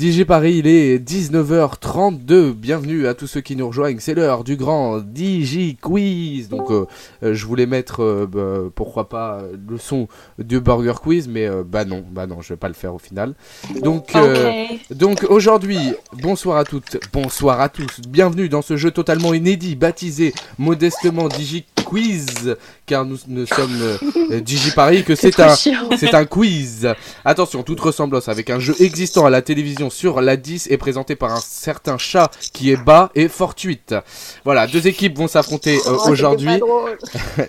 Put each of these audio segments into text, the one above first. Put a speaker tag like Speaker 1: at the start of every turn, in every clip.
Speaker 1: DJ Paris, il est 19h32. Bienvenue à tous ceux qui nous rejoignent. C'est l'heure du grand DJ Quiz. Donc, euh, euh, je voulais mettre, euh, bah, pourquoi pas, euh, le son du Burger Quiz, mais euh, bah non, bah non, je vais pas le faire au final. Donc, euh,
Speaker 2: Ok.
Speaker 1: donc aujourd'hui, bonsoir à toutes, bonsoir à tous, bienvenue dans ce jeu totalement inédit, baptisé modestement Digi Quiz, car nous ne sommes euh, Digi Paris que c'est Oh,
Speaker 2: trop
Speaker 1: un... Euh,
Speaker 2: chiant.
Speaker 1: C'est un quiz. Attention, toute ressemblance avec un jeu existant à la télévision sur la 10 est présentée par un certain chat qui est bas et fortuite. Voilà, deux équipes vont s'affronter
Speaker 3: Oh,
Speaker 1: euh, aujourd'hui.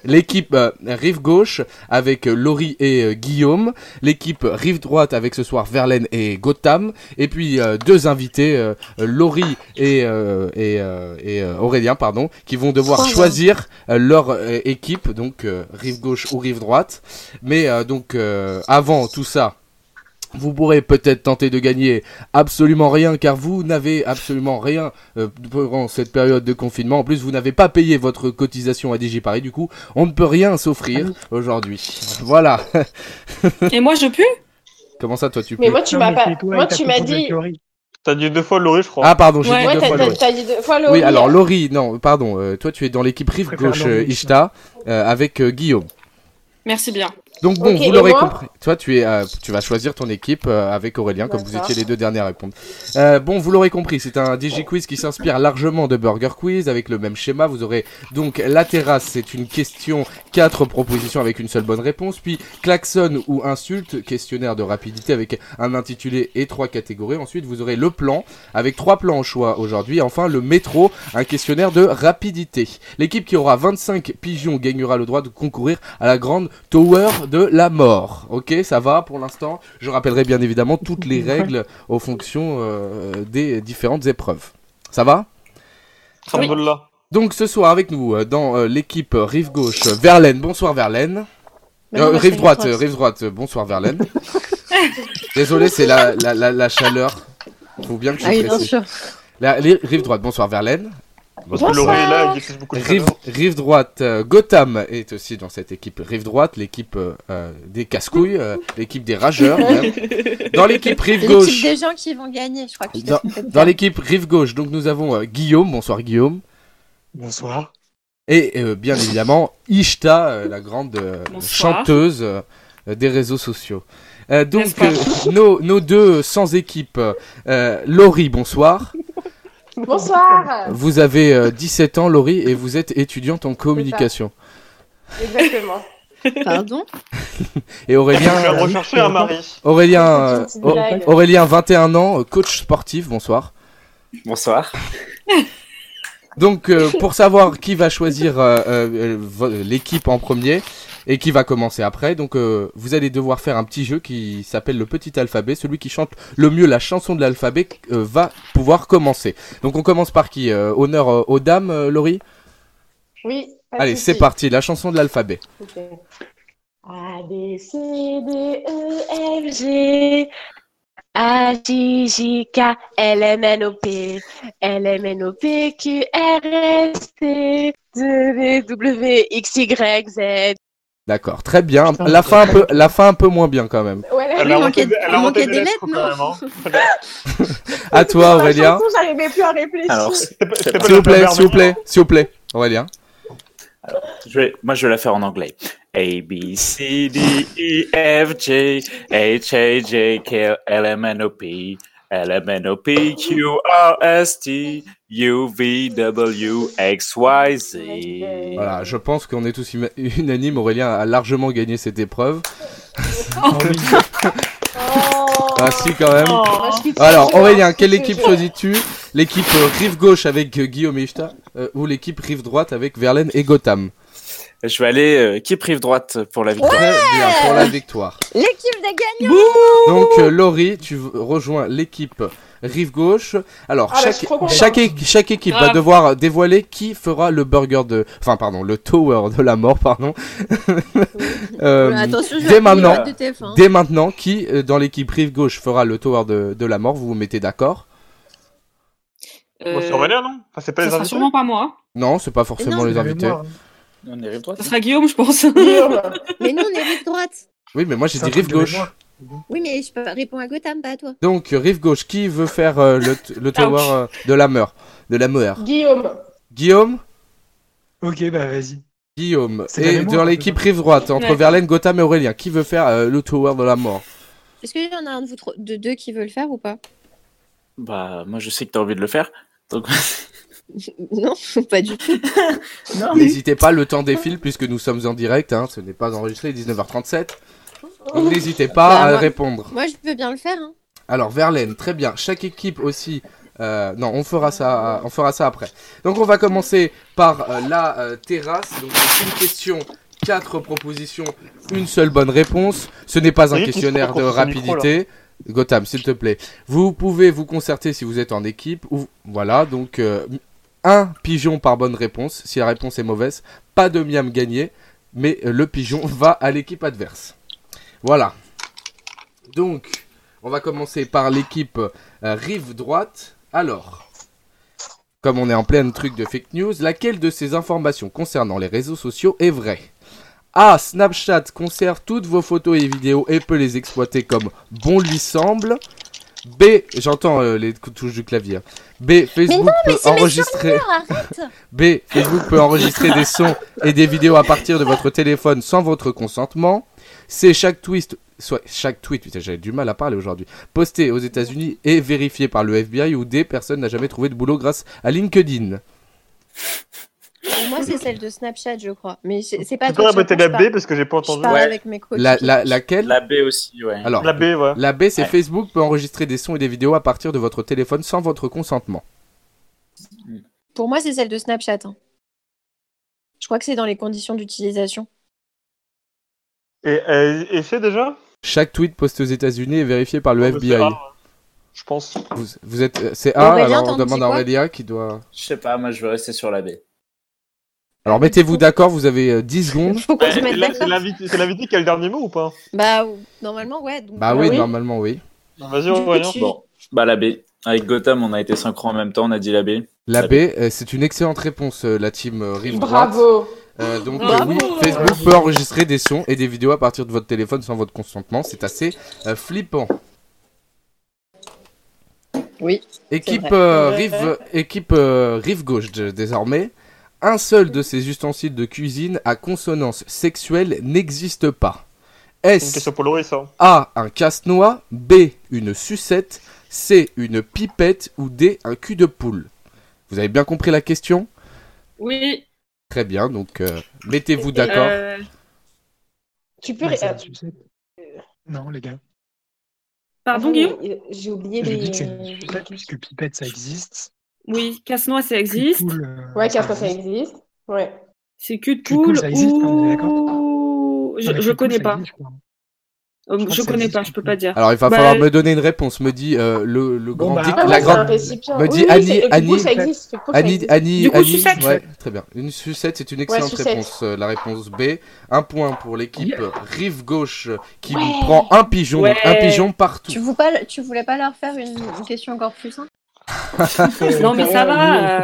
Speaker 1: L'équipe euh, rive gauche avec euh, Laurie et euh, Guillaume, l'équipe rive droite avec ce soir Verlaine et Gotham, et puis euh, deux invités, euh, euh, Laurie et, euh, et, euh, et, euh, Aurélien, pardon, qui vont devoir
Speaker 2: Trois
Speaker 1: choisir euh, leur euh, équipe, donc euh, rive gauche ou rive droite. Mais euh, donc euh, avant tout ça, vous pourrez peut-être tenter de gagner absolument rien car vous n'avez absolument rien euh, durant cette période de confinement. En plus, vous n'avez pas payé votre cotisation à DigiParis. Du coup, on ne peut rien s'offrir aujourd'hui. Voilà.
Speaker 4: Et moi je pue
Speaker 1: Comment ça, toi, tu peux
Speaker 2: Mais moi, tu m'as pas. Moi, tu m'as dit.
Speaker 5: T'as dit deux fois Laurie, je crois.
Speaker 1: Ah, pardon, j'ai
Speaker 4: Ouais.
Speaker 1: dit
Speaker 2: Ouais,
Speaker 1: deux
Speaker 2: t'as-
Speaker 1: fois
Speaker 2: t'as
Speaker 1: Laurie.
Speaker 2: t'as dit deux fois le.
Speaker 1: Oui, alors Laurie, non, pardon. euh, toi, tu es dans l'équipe rive
Speaker 6: préfère
Speaker 1: gauche
Speaker 6: Laurie,
Speaker 1: euh,
Speaker 6: ça.
Speaker 1: Ishta euh, avec euh, Guillaume.
Speaker 4: Merci bien.
Speaker 1: Donc bon,
Speaker 2: Ok,
Speaker 1: vous
Speaker 2: et
Speaker 1: l'aurez
Speaker 2: moi
Speaker 1: compris. Toi, tu es, euh, tu vas choisir ton équipe euh, avec Aurélien, comme vous
Speaker 2: D'accord.
Speaker 1: étiez les deux dernières réponses. Euh, bon, vous l'aurez compris, c'est un DJ Quiz qui s'inspire largement de Burger Quiz avec le même schéma. Vous aurez donc la terrasse, c'est une question, quatre propositions avec une seule bonne réponse, puis klaxon ou insulte, questionnaire de rapidité avec un intitulé et trois catégories. Ensuite, vous aurez le plan avec trois plans au choix aujourd'hui. Enfin, le métro, un questionnaire de rapidité. L'équipe qui aura 25 pigeons gagnera le droit de concourir à la grande Tower de la mort. Ok, ça va pour l'instant. Je rappellerai bien évidemment toutes les règles aux fonctions euh, des différentes épreuves. Ça va
Speaker 5: Ça
Speaker 4: oui.
Speaker 5: me vole là.
Speaker 1: Donc ce soir avec nous euh, dans euh, l'équipe euh, rive gauche, euh, Verlaine. Bonsoir Verlaine. Euh, rive droite, euh, rive droite. euh, Bonsoir Verlaine. Désolé, c'est la, la, la, la chaleur. Faut bien que je
Speaker 3: Ah oui, bien
Speaker 1: précise.
Speaker 3: sûr.
Speaker 1: La- les- rive droite, bonsoir Verlaine.
Speaker 5: Parce que Laurie est là, il diffuse beaucoup de
Speaker 1: Rive,
Speaker 5: choses.
Speaker 1: rive droite, euh, Gotham est aussi dans cette équipe rive droite, l'équipe euh, euh, des casse-couilles, euh, l'équipe des rageurs. même. Dans l'équipe rive
Speaker 3: L'équipe
Speaker 1: gauche,
Speaker 3: des gens qui vont gagner, je crois que tu
Speaker 1: dans,
Speaker 3: t'es trompé de
Speaker 1: dans
Speaker 3: terme.
Speaker 1: l'équipe rive gauche, donc nous avons euh, Guillaume, bonsoir Guillaume,
Speaker 5: Bonsoir.
Speaker 1: et euh, bien évidemment Ishta, euh, la grande euh,
Speaker 4: Bonsoir.
Speaker 1: chanteuse euh, des réseaux sociaux. Euh, donc
Speaker 4: N'est-ce pas
Speaker 1: euh, nos, nos deux sans équipe, euh, Laurie, bonsoir.
Speaker 2: Bonsoir.
Speaker 1: Vous avez euh, 17 ans, Laurie, et vous êtes étudiante en communication.
Speaker 2: Exactement.
Speaker 3: Pardon
Speaker 1: Et
Speaker 5: Je vais
Speaker 1: Aurélien, euh,
Speaker 5: rechercher un mari.
Speaker 1: Aurélien,
Speaker 2: C'est une
Speaker 1: euh,
Speaker 2: petite
Speaker 1: Au-
Speaker 2: blague.
Speaker 1: Aurélien, 21 ans, euh, coach sportif, bonsoir.
Speaker 7: Bonsoir.
Speaker 1: Donc, euh, pour savoir qui va choisir euh, euh, vo- l'équipe en premier et qui va commencer après, donc euh, vous allez devoir faire un petit jeu qui s'appelle le petit alphabet. Celui qui chante le mieux la chanson de l'alphabet euh, va pouvoir commencer. Donc, on commence par qui Euh, Honneur euh, aux dames, euh, Laurie
Speaker 2: Oui. pas de
Speaker 1: Allez,
Speaker 2: souci.
Speaker 1: c'est parti, la chanson de l'alphabet.
Speaker 2: Ok. A, B, C, D, E, F, G. A, J, J, K, L, M, N, O, P. L, M, N, O, P, Q, R, S, T. D, V, W, X, Y, Z.
Speaker 1: D'accord, très bien. La fin, un peu, la fin un peu moins bien quand même.
Speaker 2: Voilà.
Speaker 1: Bah,
Speaker 5: Elle a
Speaker 3: il manquait-
Speaker 5: rentré des- elle
Speaker 3: il
Speaker 5: a rentré
Speaker 3: manquait
Speaker 5: des
Speaker 3: des
Speaker 5: lettres
Speaker 3: lettres,
Speaker 5: quand
Speaker 3: non
Speaker 5: même. hein.
Speaker 1: À toi, Aurélien.
Speaker 2: Surtout, J'arrivais plus à réfléchir.
Speaker 7: Alors,
Speaker 5: C'était pas- c'était pas
Speaker 1: S'il vous
Speaker 5: la
Speaker 1: plaît,
Speaker 5: première
Speaker 1: s'il vous plaît,
Speaker 5: version.
Speaker 1: s'il vous plaît, Aurélien.
Speaker 7: je vais- moi, je vais la faire en anglais. A, B, C, D, E, F, G, H, A, J, K, L, M, N, O, P, L, M, N, O, P, Q, R, S, T, U, V, W, X, Y, Z.
Speaker 2: euh,
Speaker 1: Voilà, je pense qu'on est tous ima- unanimes. Aurélien a largement gagné cette épreuve.
Speaker 2: Oh.
Speaker 1: Ah si, quand même.
Speaker 2: Oh, Moi, je suis
Speaker 1: Alors,
Speaker 2: sûre,
Speaker 1: Aurélien,
Speaker 2: hein,
Speaker 1: quelle
Speaker 2: c'est que
Speaker 1: équipe
Speaker 2: je-
Speaker 1: choisis-tu L'équipe euh, rive gauche avec euh, Guillaume et Ishta euh, ou l'équipe rive droite avec Verlaine et Gotham
Speaker 7: Je vais aller euh, qui prive droite pour la victoire.
Speaker 1: Très bien pour la victoire.
Speaker 3: L'équipe des gagnants
Speaker 1: Donc, euh, Laurie, tu v- rejoins l'équipe rive gauche. Alors,
Speaker 2: Ah, bah, je
Speaker 1: chaque,
Speaker 2: suis trop contente.
Speaker 1: chaque, é- chaque équipe va
Speaker 4: Ah.
Speaker 1: devoir dévoiler qui fera le burger de... Enfin, pardon, le tower de la mort, pardon. Euh,
Speaker 3: Ouais, Attention, je
Speaker 1: dès
Speaker 3: vais appeler
Speaker 1: maintenant.
Speaker 3: les notes de TF1.
Speaker 1: Dès maintenant, qui euh, dans l'équipe rive gauche fera le tower de, de la mort Vous vous mettez d'accord
Speaker 4: Euh,
Speaker 5: Bon, c'est Aurélien, non Enfin, c'est pas
Speaker 4: ça
Speaker 5: les
Speaker 4: sera
Speaker 5: invités
Speaker 4: sûrement pas moi.
Speaker 6: Ah
Speaker 1: Non, c'est pas forcément
Speaker 3: non,
Speaker 1: les invités.
Speaker 7: On est rive droite. hein?
Speaker 4: Ça sera Guillaume, je pense.
Speaker 2: Guillaume.
Speaker 3: Mais non, on est rive droite.
Speaker 1: Oui, mais moi j'ai
Speaker 6: C'est
Speaker 1: dit
Speaker 6: un truc
Speaker 1: rive
Speaker 6: de
Speaker 1: gauche.
Speaker 6: mémoire.
Speaker 3: Oui, mais je peux- réponds à Gotham, pas à toi.
Speaker 1: Donc, rive gauche, qui veut faire euh, le, t- le tower euh, de la meur De la meur.
Speaker 2: Guillaume.
Speaker 1: Guillaume
Speaker 6: Ok, bah vas-y.
Speaker 1: Guillaume.
Speaker 6: C'est la
Speaker 1: Et
Speaker 6: mémoire,
Speaker 1: dans
Speaker 6: je
Speaker 1: l'équipe rive droite, entre
Speaker 4: Ouais.
Speaker 1: Verlaine, Gotham et Aurélien, qui veut faire euh, le tower de la mort
Speaker 3: Est-ce qu'il y en a un de vous tro- de deux qui veut le faire ou pas
Speaker 7: Bah, moi, je sais que t'as envie de le faire. Donc...
Speaker 3: Non, pas du tout.
Speaker 7: non,
Speaker 1: N'hésitez pas, le temps défile puisque nous sommes en direct, hein, ce n'est pas enregistré, 19h37. Donc n'hésitez pas
Speaker 3: Bah,
Speaker 1: à
Speaker 3: moi-
Speaker 1: répondre.
Speaker 3: Moi, je veux bien le faire. Hein.
Speaker 1: Alors Verlaine, très bien. Chaque équipe aussi. euh, non, on fera ça, on fera ça après. Donc on va commencer par euh, la euh, terrasse. Donc c'est une question, quatre propositions, une seule bonne réponse. Ce n'est pas un
Speaker 5: Oui,
Speaker 1: questionnaire
Speaker 5: qu'on
Speaker 1: de
Speaker 5: se rapproche du micro,
Speaker 1: rapidité. Gotham, s'il te plaît. Vous pouvez vous concerter si vous êtes en équipe. Ou voilà, donc euh, un pigeon par bonne réponse. Si la réponse est mauvaise, pas de miam gagné, mais euh, le pigeon va à l'équipe adverse. Voilà. Donc, on va commencer par l'équipe euh, rive droite. Alors, comme on est en plein truc de fake news, laquelle de ces informations concernant les réseaux sociaux est vraie A. Snapchat conserve toutes vos photos et vidéos et peut les exploiter comme bon lui semble. B. J'entends euh, les cou- touches du clavier. B. Facebook peut enregistrer. B. Facebook peut enregistrer des sons et des vidéos à partir de votre téléphone sans votre consentement. C. Chaque twist, soit chaque tweet, putain, j'avais du mal à parler aujourd'hui, posté aux États-Unis et vérifié par le FBI ou D. Personne n'a jamais trouvé de boulot grâce à LinkedIn.
Speaker 3: Pour moi, c'est celle de Snapchat, je crois. Mais c'est c'est pas
Speaker 5: Tu peux répéter la
Speaker 3: je parle-
Speaker 5: B parce que j'ai pas
Speaker 3: Je
Speaker 5: entendu.
Speaker 3: parle
Speaker 7: Ouais.
Speaker 3: avec mes coachs.
Speaker 1: La, la- laquelle
Speaker 7: La B aussi, ouais.
Speaker 1: Alors,
Speaker 5: La B, ouais.
Speaker 1: la B, c'est
Speaker 7: Ouais.
Speaker 1: Facebook peut enregistrer des sons et des vidéos à partir de votre téléphone sans votre consentement.
Speaker 3: Pour moi, c'est celle de Snapchat. hein. Je crois que c'est dans les conditions d'utilisation.
Speaker 5: Et, euh, et c'est déjà
Speaker 1: Chaque tweet posté aux États-Unis est vérifié par le
Speaker 5: C'est
Speaker 1: FBI.
Speaker 5: rare, Je pense.
Speaker 1: Vous, vous êtes, euh, c'est A,
Speaker 3: Aurélien,
Speaker 1: alors on
Speaker 3: t'en dis
Speaker 1: demande à
Speaker 3: quoi
Speaker 1: Aurélia qui doit.
Speaker 7: Je sais pas, moi, je veux rester sur la B.
Speaker 1: Alors mettez-vous d'accord, vous avez euh, 10 secondes.
Speaker 3: Faut qu'on se
Speaker 5: Et
Speaker 3: mette
Speaker 5: là, c'est
Speaker 3: d'accord.
Speaker 5: l'invité c'est l'invité qui a le dernier mot ou pas
Speaker 3: Bah, ou- normalement, ouais. donc- euh,
Speaker 1: Bah
Speaker 2: Bah
Speaker 1: oui,
Speaker 2: oui.
Speaker 1: normalement oui.
Speaker 5: Vas-y,
Speaker 3: Du coup,
Speaker 5: Aurélien.
Speaker 3: tu-
Speaker 7: Bon, bah la B. Avec Gotham, on a été synchro en même temps, on a dit la B.
Speaker 1: La
Speaker 7: La
Speaker 1: B, euh, c'est une excellente réponse, euh, la team euh, rive droite.
Speaker 2: Bravo.
Speaker 1: Euh, donc euh,
Speaker 4: Bravo.
Speaker 1: oui, Facebook peut enregistrer des sons et des vidéos à partir de votre téléphone sans votre consentement. C'est assez euh, flippant.
Speaker 3: Oui,
Speaker 1: Équipe
Speaker 3: vrai.
Speaker 1: euh,
Speaker 2: Ouais.
Speaker 1: rive, équipe euh, rive gauche d- désormais. Un seul de ces ustensiles de cuisine à consonance sexuelle n'existe pas.
Speaker 5: C'est une
Speaker 1: Est-ce
Speaker 5: question pour Laurie, ça.
Speaker 1: A un casse-noix, B une sucette, C une pipette ou D un cul de poule Vous avez bien compris la question
Speaker 4: Oui.
Speaker 1: Très bien, donc euh, mettez-vous d'accord.
Speaker 4: euh,
Speaker 2: Tu peux.
Speaker 6: Ouais, Bah, c'est
Speaker 2: Ah,
Speaker 6: la sucette. Non, les gars. Ah
Speaker 4: Pardon, Guillaume
Speaker 2: J'ai oublié
Speaker 6: Je dis que c'est une
Speaker 2: les.
Speaker 6: sucette puisque pipette ça existe.
Speaker 4: Oui, casse-noix, ça existe.
Speaker 6: Cool, euh,
Speaker 2: Ouais, qu'est-ce que ça existe Ouais.
Speaker 4: C'est cul de
Speaker 6: Cul de poule,
Speaker 4: poule.
Speaker 6: ça existe, on est d'accord
Speaker 4: ou-
Speaker 6: Non,
Speaker 4: Je,
Speaker 6: mais
Speaker 4: je
Speaker 6: cool,
Speaker 4: connais
Speaker 6: ça
Speaker 4: pas.
Speaker 6: existe, je crois.
Speaker 4: Euh,
Speaker 6: Je crois
Speaker 4: Je
Speaker 6: que ça
Speaker 4: connais
Speaker 6: existe,
Speaker 4: pas, je peux
Speaker 6: cul de
Speaker 4: pas dire.
Speaker 1: Alors il va
Speaker 4: Bah,
Speaker 1: falloir
Speaker 4: euh,
Speaker 1: me donner une réponse, me dit euh, le, le
Speaker 6: Bon,
Speaker 1: grand
Speaker 6: bah,
Speaker 1: Dick-
Speaker 6: ah
Speaker 1: la
Speaker 6: ouais,
Speaker 2: c'est un
Speaker 1: grande.
Speaker 2: récipient.
Speaker 1: me
Speaker 2: Oui,
Speaker 1: dit
Speaker 2: oui,
Speaker 1: Annie-
Speaker 2: c'est- du coup,
Speaker 1: Annie-
Speaker 2: ça existe, du coup, ça
Speaker 1: Annie,
Speaker 2: existe.
Speaker 1: Annie,
Speaker 4: euh, Du coup,
Speaker 1: Annie-
Speaker 4: sucette.
Speaker 1: ouais, très bien. Une sucette, c'est une excellente
Speaker 2: sucette.
Speaker 1: réponse, euh, la réponse B. Un point pour l'équipe rive gauche euh, qui
Speaker 2: Ouais.
Speaker 1: prend un pigeon, donc un
Speaker 4: Ouais.
Speaker 1: pigeon partout.
Speaker 3: Tu voulais, pas, tu voulais pas leur faire une, une question encore plus simple
Speaker 4: Non, mais ça va,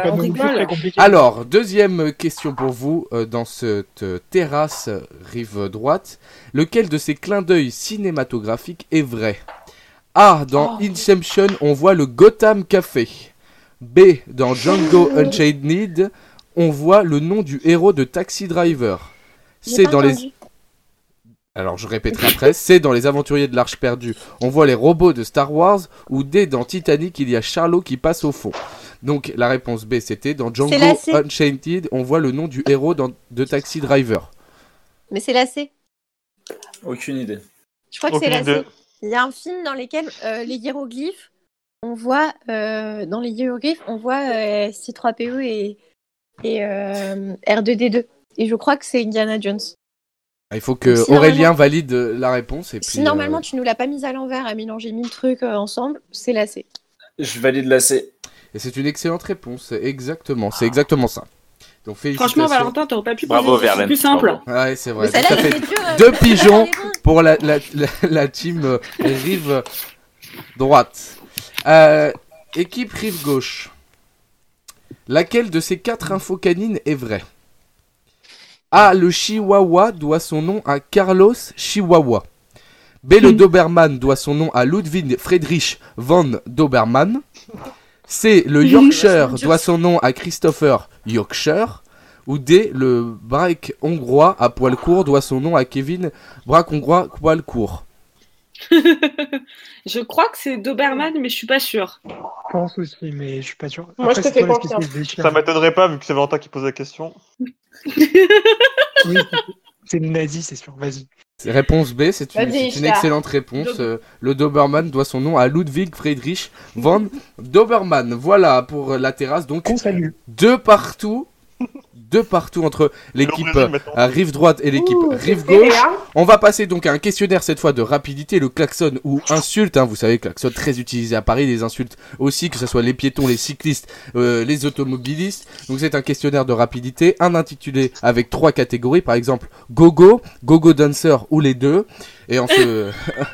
Speaker 6: oui, c'est pas
Speaker 4: euh, on
Speaker 6: non plus
Speaker 4: rigole.
Speaker 6: très compliqué.
Speaker 1: Alors, deuxième question pour vous euh, dans cette euh, terrasse euh, rive droite. Lequel de ces clins d'œil cinématographiques est vrai A. Dans
Speaker 2: Oh.
Speaker 1: Inception, on voit le Gotham Café. B. Dans Django Unchained, on voit le nom du héros de Taxi Driver.
Speaker 3: J'ai
Speaker 1: C'est
Speaker 3: pas
Speaker 1: dans les
Speaker 3: entendu.
Speaker 1: alors je répéterai après, c'est dans Les Aventuriers de l'Arche Perdue, on voit les robots de Star Wars, ou dès dans Titanic, il y a Charlot qui passe au fond. Donc la réponse B c'était dans Django
Speaker 3: C'est la C.
Speaker 1: Unchained, on voit le nom du héros dans- de Taxi Driver.
Speaker 3: Mais c'est la C.
Speaker 7: Aucune idée.
Speaker 3: Je crois que c'est
Speaker 5: Aucune
Speaker 3: la C.
Speaker 5: idée.
Speaker 3: Il y a un film dans lequel euh, les hiéroglyphes, on voit, euh, dans les hiéroglyphes, on voit euh, C3PO et, et euh, R2D2. Et je crois que c'est Indiana Jones.
Speaker 1: Ah, Il faut que
Speaker 3: Si
Speaker 1: Aurélien
Speaker 3: normalement-
Speaker 1: valide euh, la réponse. Et puis,
Speaker 3: Si normalement tu nous l'as pas mise à l'envers, à mélanger mille trucs euh, ensemble, c'est la C.
Speaker 7: Je valide la C.
Speaker 1: euh, et c'est une excellente réponse, exactement, c'est exactement ça. Donc félicitations.
Speaker 4: Franchement, Valentin, t'aurais pas pu
Speaker 7: Bravo,
Speaker 4: poser une question
Speaker 7: Verlaine.
Speaker 4: plus simple.
Speaker 7: Bravo.
Speaker 1: Ouais, c'est vrai.
Speaker 3: Mais celle-là,
Speaker 1: Ça
Speaker 3: elle
Speaker 1: fait
Speaker 3: était dure, euh,
Speaker 1: deux
Speaker 3: parce que
Speaker 1: pigeons.
Speaker 3: elle est bonne.
Speaker 1: pour la, la, la, la team euh, rive droite. Euh, équipe rive gauche. Laquelle de ces quatre infos canines est vraie A. Le chihuahua doit son nom à Carlos Chihuahua. le Doberman doit son nom à Ludwig Friedrich von Doberman. C. Le Yorkshire doit son nom à Christopher Yorkshire. Ou D. Le break hongrois à poil court doit son nom à Kevin Braque hongrois poil court.
Speaker 4: je crois que c'est Doberman, mais je suis pas sûre.
Speaker 6: Je pense aussi, mais je suis pas sûr.
Speaker 2: Moi, je te
Speaker 6: c'est
Speaker 2: fais
Speaker 6: toi, est-ce que
Speaker 2: confiance.
Speaker 6: c'est des chiens
Speaker 5: Ça m'étonnerait pas vu que c'est Valentin qui pose la question.
Speaker 6: Oui, c'est- c'est le nazi, c'est sûr. Vas-y.
Speaker 1: C'est- Réponse B, c'est une,
Speaker 2: Vas-y,
Speaker 1: c'est une
Speaker 2: Ishtar.
Speaker 1: excellente réponse.
Speaker 4: Dob-
Speaker 1: Euh, Le Doberman doit son nom à Ludwig Friedrich von Doberman. Voilà pour la terrasse. Donc
Speaker 6: Qu'on salue.
Speaker 1: deux partout, deux partout entre l'équipe
Speaker 5: Le Brésil, maintenant.
Speaker 1: euh, rive droite et l'équipe
Speaker 2: Ouh,
Speaker 1: rive
Speaker 2: c'est serré,
Speaker 1: gauche.
Speaker 2: hein.
Speaker 1: On va passer donc à un questionnaire cette fois de rapidité, le klaxon ou insulte. hein. vous savez, klaxon très utilisé à Paris, les insultes aussi, que ce soit les piétons, les cyclistes, euh, les automobilistes. Donc c'est un questionnaire de rapidité, un intitulé avec trois catégories, par exemple gogo, gogo dancer ou les deux. Et en se,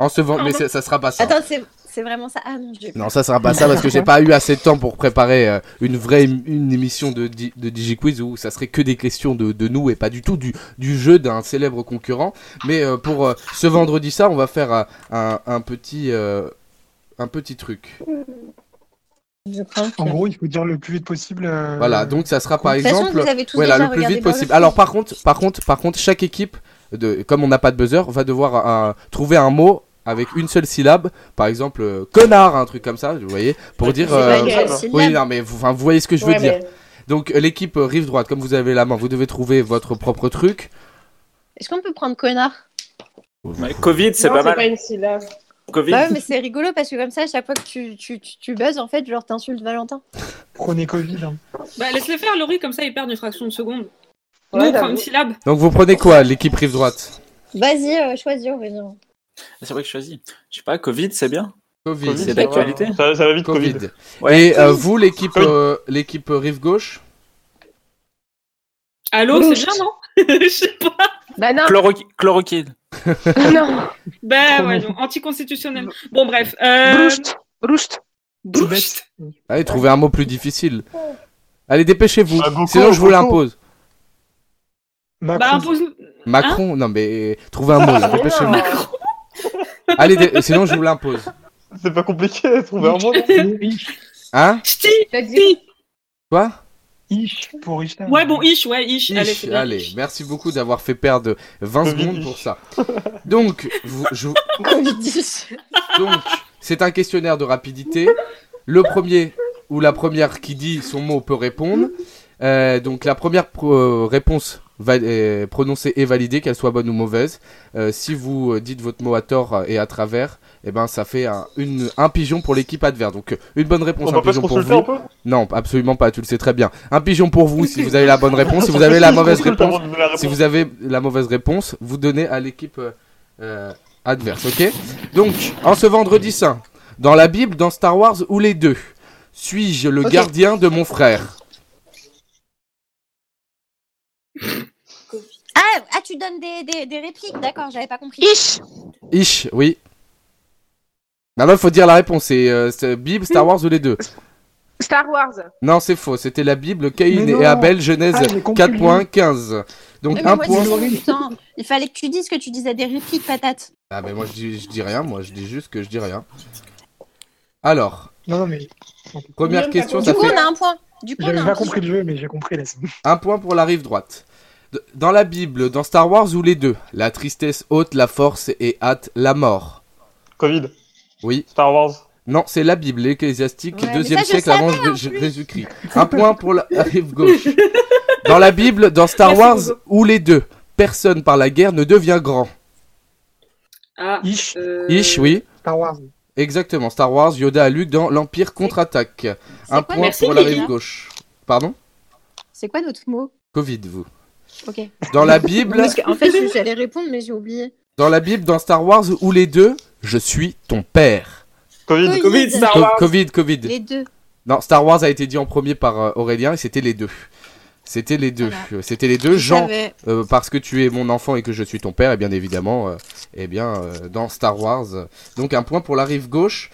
Speaker 1: en se vend- mais c'est- ça sera pas ça.
Speaker 3: Attends, c'est c'est vraiment ça Ah non, je l'ai
Speaker 1: Non, ça sera pas ça parce que j'ai pas eu assez de temps pour préparer euh, une vraie ém- une émission de, di- de DigiQuiz où ça serait que des questions de, de nous et pas du tout du, du jeu d'un célèbre concurrent. Mais euh, pour euh, ce vendredi ça, on va faire euh, un, un petit euh, un petit truc.
Speaker 3: Je crois que-
Speaker 6: En gros, il faut dire le plus vite possible. euh,
Speaker 1: Voilà, donc ça sera par
Speaker 3: Mmh. De toute façon,
Speaker 1: exemple
Speaker 3: vous avez tous
Speaker 1: voilà,
Speaker 3: déjà
Speaker 1: le plus
Speaker 3: regardé
Speaker 1: vite
Speaker 3: Burger
Speaker 1: possible.
Speaker 3: King.
Speaker 1: Alors par contre, par contre, par contre, chaque équipe de comme on n'a pas de buzzer, va devoir euh, trouver un mot avec une seule syllabe, par exemple euh, connard, un truc comme ça, vous voyez, pour dire
Speaker 2: C'est pas
Speaker 1: euh,
Speaker 2: grave.
Speaker 3: C'est
Speaker 1: Oui,
Speaker 3: là.
Speaker 1: non, mais vous, enfin, vous voyez ce que je veux
Speaker 2: Ouais,
Speaker 1: dire.
Speaker 2: mais-
Speaker 1: Donc euh, l'équipe euh, rive droite, comme vous avez la main, vous devez trouver votre propre truc.
Speaker 3: Est-ce qu'on peut prendre connard
Speaker 7: Ouais, Covid, c'est
Speaker 2: Non,
Speaker 7: pas mal.
Speaker 2: pas une syllabe.
Speaker 7: Covid.
Speaker 3: Bah ouais, mais c'est rigolo parce que comme ça, à chaque fois que tu, tu, tu, tu buzzes, en fait, genre t'insultes Valentin.
Speaker 6: Prenez Covid. hein.
Speaker 4: Bah, laisse-le faire, Laurie, comme ça il perd une fraction de seconde. Nous,
Speaker 2: Ouais,
Speaker 6: bah
Speaker 4: on prend
Speaker 2: j'avoue.
Speaker 4: une syllabe.
Speaker 1: Donc vous prenez quoi, l'équipe rive droite
Speaker 3: Vas-y, euh, choisis, Aurélien.
Speaker 7: C'est vrai que je choisis. Je sais pas, Covid, c'est bien.
Speaker 1: Covid.
Speaker 5: Covid,
Speaker 7: c'est
Speaker 5: ça
Speaker 7: d'actualité.
Speaker 5: va. Ça, ça va vite, Covid.
Speaker 1: Covid.
Speaker 7: Ouais.
Speaker 1: Et euh, vous, l'équipe euh, l'équipe rive gauche
Speaker 4: Allô,
Speaker 2: Ouh.
Speaker 4: c'est bien, non Je sais pas.
Speaker 2: Bah
Speaker 3: Ah.
Speaker 2: non,
Speaker 7: Chloroqui- Chloroquine.
Speaker 2: non.
Speaker 4: Bah
Speaker 6: Trop
Speaker 4: ouais,
Speaker 6: bien.
Speaker 4: non, anticonstitutionnel. Bon, bref. Euh...
Speaker 2: Broust. Broust.
Speaker 6: C'est
Speaker 4: Bloucht.
Speaker 6: bête.
Speaker 1: Allez, trouvez un mot plus difficile. Allez, dépêchez-vous.
Speaker 5: Ah, Goku,
Speaker 1: Sinon, je vous
Speaker 5: Goku.
Speaker 1: l'impose.
Speaker 4: Bah,
Speaker 6: Macron.
Speaker 4: impose.
Speaker 1: Macron, non mais trouvez un mot,
Speaker 4: Ah,
Speaker 1: là,
Speaker 2: Mais non.
Speaker 1: dépêchez-vous. Allez, dé- sinon je vous l'impose.
Speaker 5: C'est pas compliqué de trouver un mot. non
Speaker 6: Ish.
Speaker 1: Hein
Speaker 4: Ch'ti
Speaker 2: Je te dis-
Speaker 1: Quoi
Speaker 6: Ish pour Richard.
Speaker 4: Ouais, bon, Ish, ouais, Ish.
Speaker 1: Ish,
Speaker 4: Allez, c'est bien.
Speaker 1: allez, merci beaucoup d'avoir fait perdre 20
Speaker 5: Covid
Speaker 1: secondes
Speaker 5: ish.
Speaker 1: pour ça. Donc, vous- je,
Speaker 3: Covid-19.
Speaker 1: Donc, c'est un questionnaire de rapidité. Le premier ou la première qui dit son mot peut répondre. Euh, donc, la première pro- euh, réponse va- euh, prononcée est validée, qu'elle soit bonne ou mauvaise. Euh, si vous euh, dites votre mot à tort euh, et à travers, eh ben, ça fait un, une- un pigeon pour l'équipe adverse. Donc, euh, une bonne
Speaker 5: On
Speaker 1: réponse, un
Speaker 5: va pas bah, se
Speaker 1: pigeon pour
Speaker 5: consulter
Speaker 1: vous.
Speaker 5: un peu
Speaker 1: Non, absolument pas, tu le sais très bien. Un pigeon pour vous si vous avez la bonne réponse. Si vous avez la mauvaise réponse, si vous avez la mauvaise réponse, vous donnez à l'équipe euh, euh, adverse, ok Donc, en ce vendredi saint, dans la Bible, dans Star Wars ou les deux, suis-je le
Speaker 3: Ok.
Speaker 1: gardien de mon frère
Speaker 3: Ah, ah, tu donnes des, des, des répliques, d'accord, j'avais pas compris.
Speaker 2: Ish.
Speaker 1: Ish, oui. Non, non, faut dire la réponse, c'est euh, c'est Bible, Star Wars ou les deux
Speaker 2: Star Wars.
Speaker 1: Non, c'est faux, c'était la Bible, Caïn
Speaker 6: Mais non.
Speaker 1: et Abel, Genèse
Speaker 6: Ah, j'ai compris.
Speaker 1: 4.15. Donc,
Speaker 3: Oui, mais
Speaker 1: un
Speaker 3: moi,
Speaker 1: point.
Speaker 3: dis- putain, il fallait que tu dises que tu disais des répliques, patate.
Speaker 1: Ah, mais moi, je dis, je dis rien, moi, je dis juste que je dis rien. Alors,
Speaker 6: Non,
Speaker 4: Oh,
Speaker 6: non, mais
Speaker 1: première
Speaker 2: Guillaume,
Speaker 1: question,
Speaker 2: t'as
Speaker 1: ça
Speaker 3: Du coup,
Speaker 1: fait
Speaker 3: on a un point. Du coup, on a
Speaker 6: j'avais
Speaker 3: un
Speaker 6: pas
Speaker 3: point.
Speaker 6: compris le jeu, mais j'ai compris la scène.
Speaker 1: Un point pour la rive droite. D- Dans la Bible, dans Star Wars ou les deux, la tristesse ôte la force et hâte la mort.
Speaker 5: Covid.
Speaker 1: Oui.
Speaker 5: Star Wars.
Speaker 1: Non, c'est la Bible, l'Ecclésiastique,
Speaker 3: Ouais, mais
Speaker 1: deuxième
Speaker 3: ça, je
Speaker 1: siècle
Speaker 3: savais,
Speaker 1: avant
Speaker 3: en
Speaker 1: J-
Speaker 3: plus.
Speaker 1: Jésus-Christ. Un point pour la rive gauche. Dans la Bible, dans Star
Speaker 4: Merci,
Speaker 1: Wars
Speaker 4: Bobo.
Speaker 1: ou les deux, personne par la guerre ne devient grand.
Speaker 4: Ah,
Speaker 6: Ish.
Speaker 4: euh...
Speaker 1: Ish, oui.
Speaker 6: Star Wars.
Speaker 1: Exactement, Star Wars, Yoda à Luke dans l'Empire contre-attaque. Un
Speaker 3: quoi hein
Speaker 1: point
Speaker 4: Merci,
Speaker 1: pour la
Speaker 4: Lily.
Speaker 1: rive gauche. Pardon
Speaker 3: C'est quoi notre mot
Speaker 1: Covid, vous.
Speaker 3: Ok.
Speaker 1: Dans la Bible,
Speaker 3: Parce que, en fait, je- j'allais répondre, mais j'ai oublié.
Speaker 1: dans la Bible, dans Star Wars ou les deux, je suis ton père.
Speaker 5: Covid.
Speaker 7: Covid, Star
Speaker 1: Co-
Speaker 7: Wars.
Speaker 1: Covid, Covid.
Speaker 3: Les deux.
Speaker 1: Non, Star Wars a été dit en premier par euh, Aurélien et c'était les deux. C'était les deux.
Speaker 3: Voilà.
Speaker 1: Euh, C'était les deux.
Speaker 3: Je
Speaker 1: Jean,
Speaker 3: savais.
Speaker 1: euh, parce que tu es mon enfant et que je suis ton père, et bien évidemment, euh, eh bien, euh, dans Star Wars. Donc un point pour la rive gauche.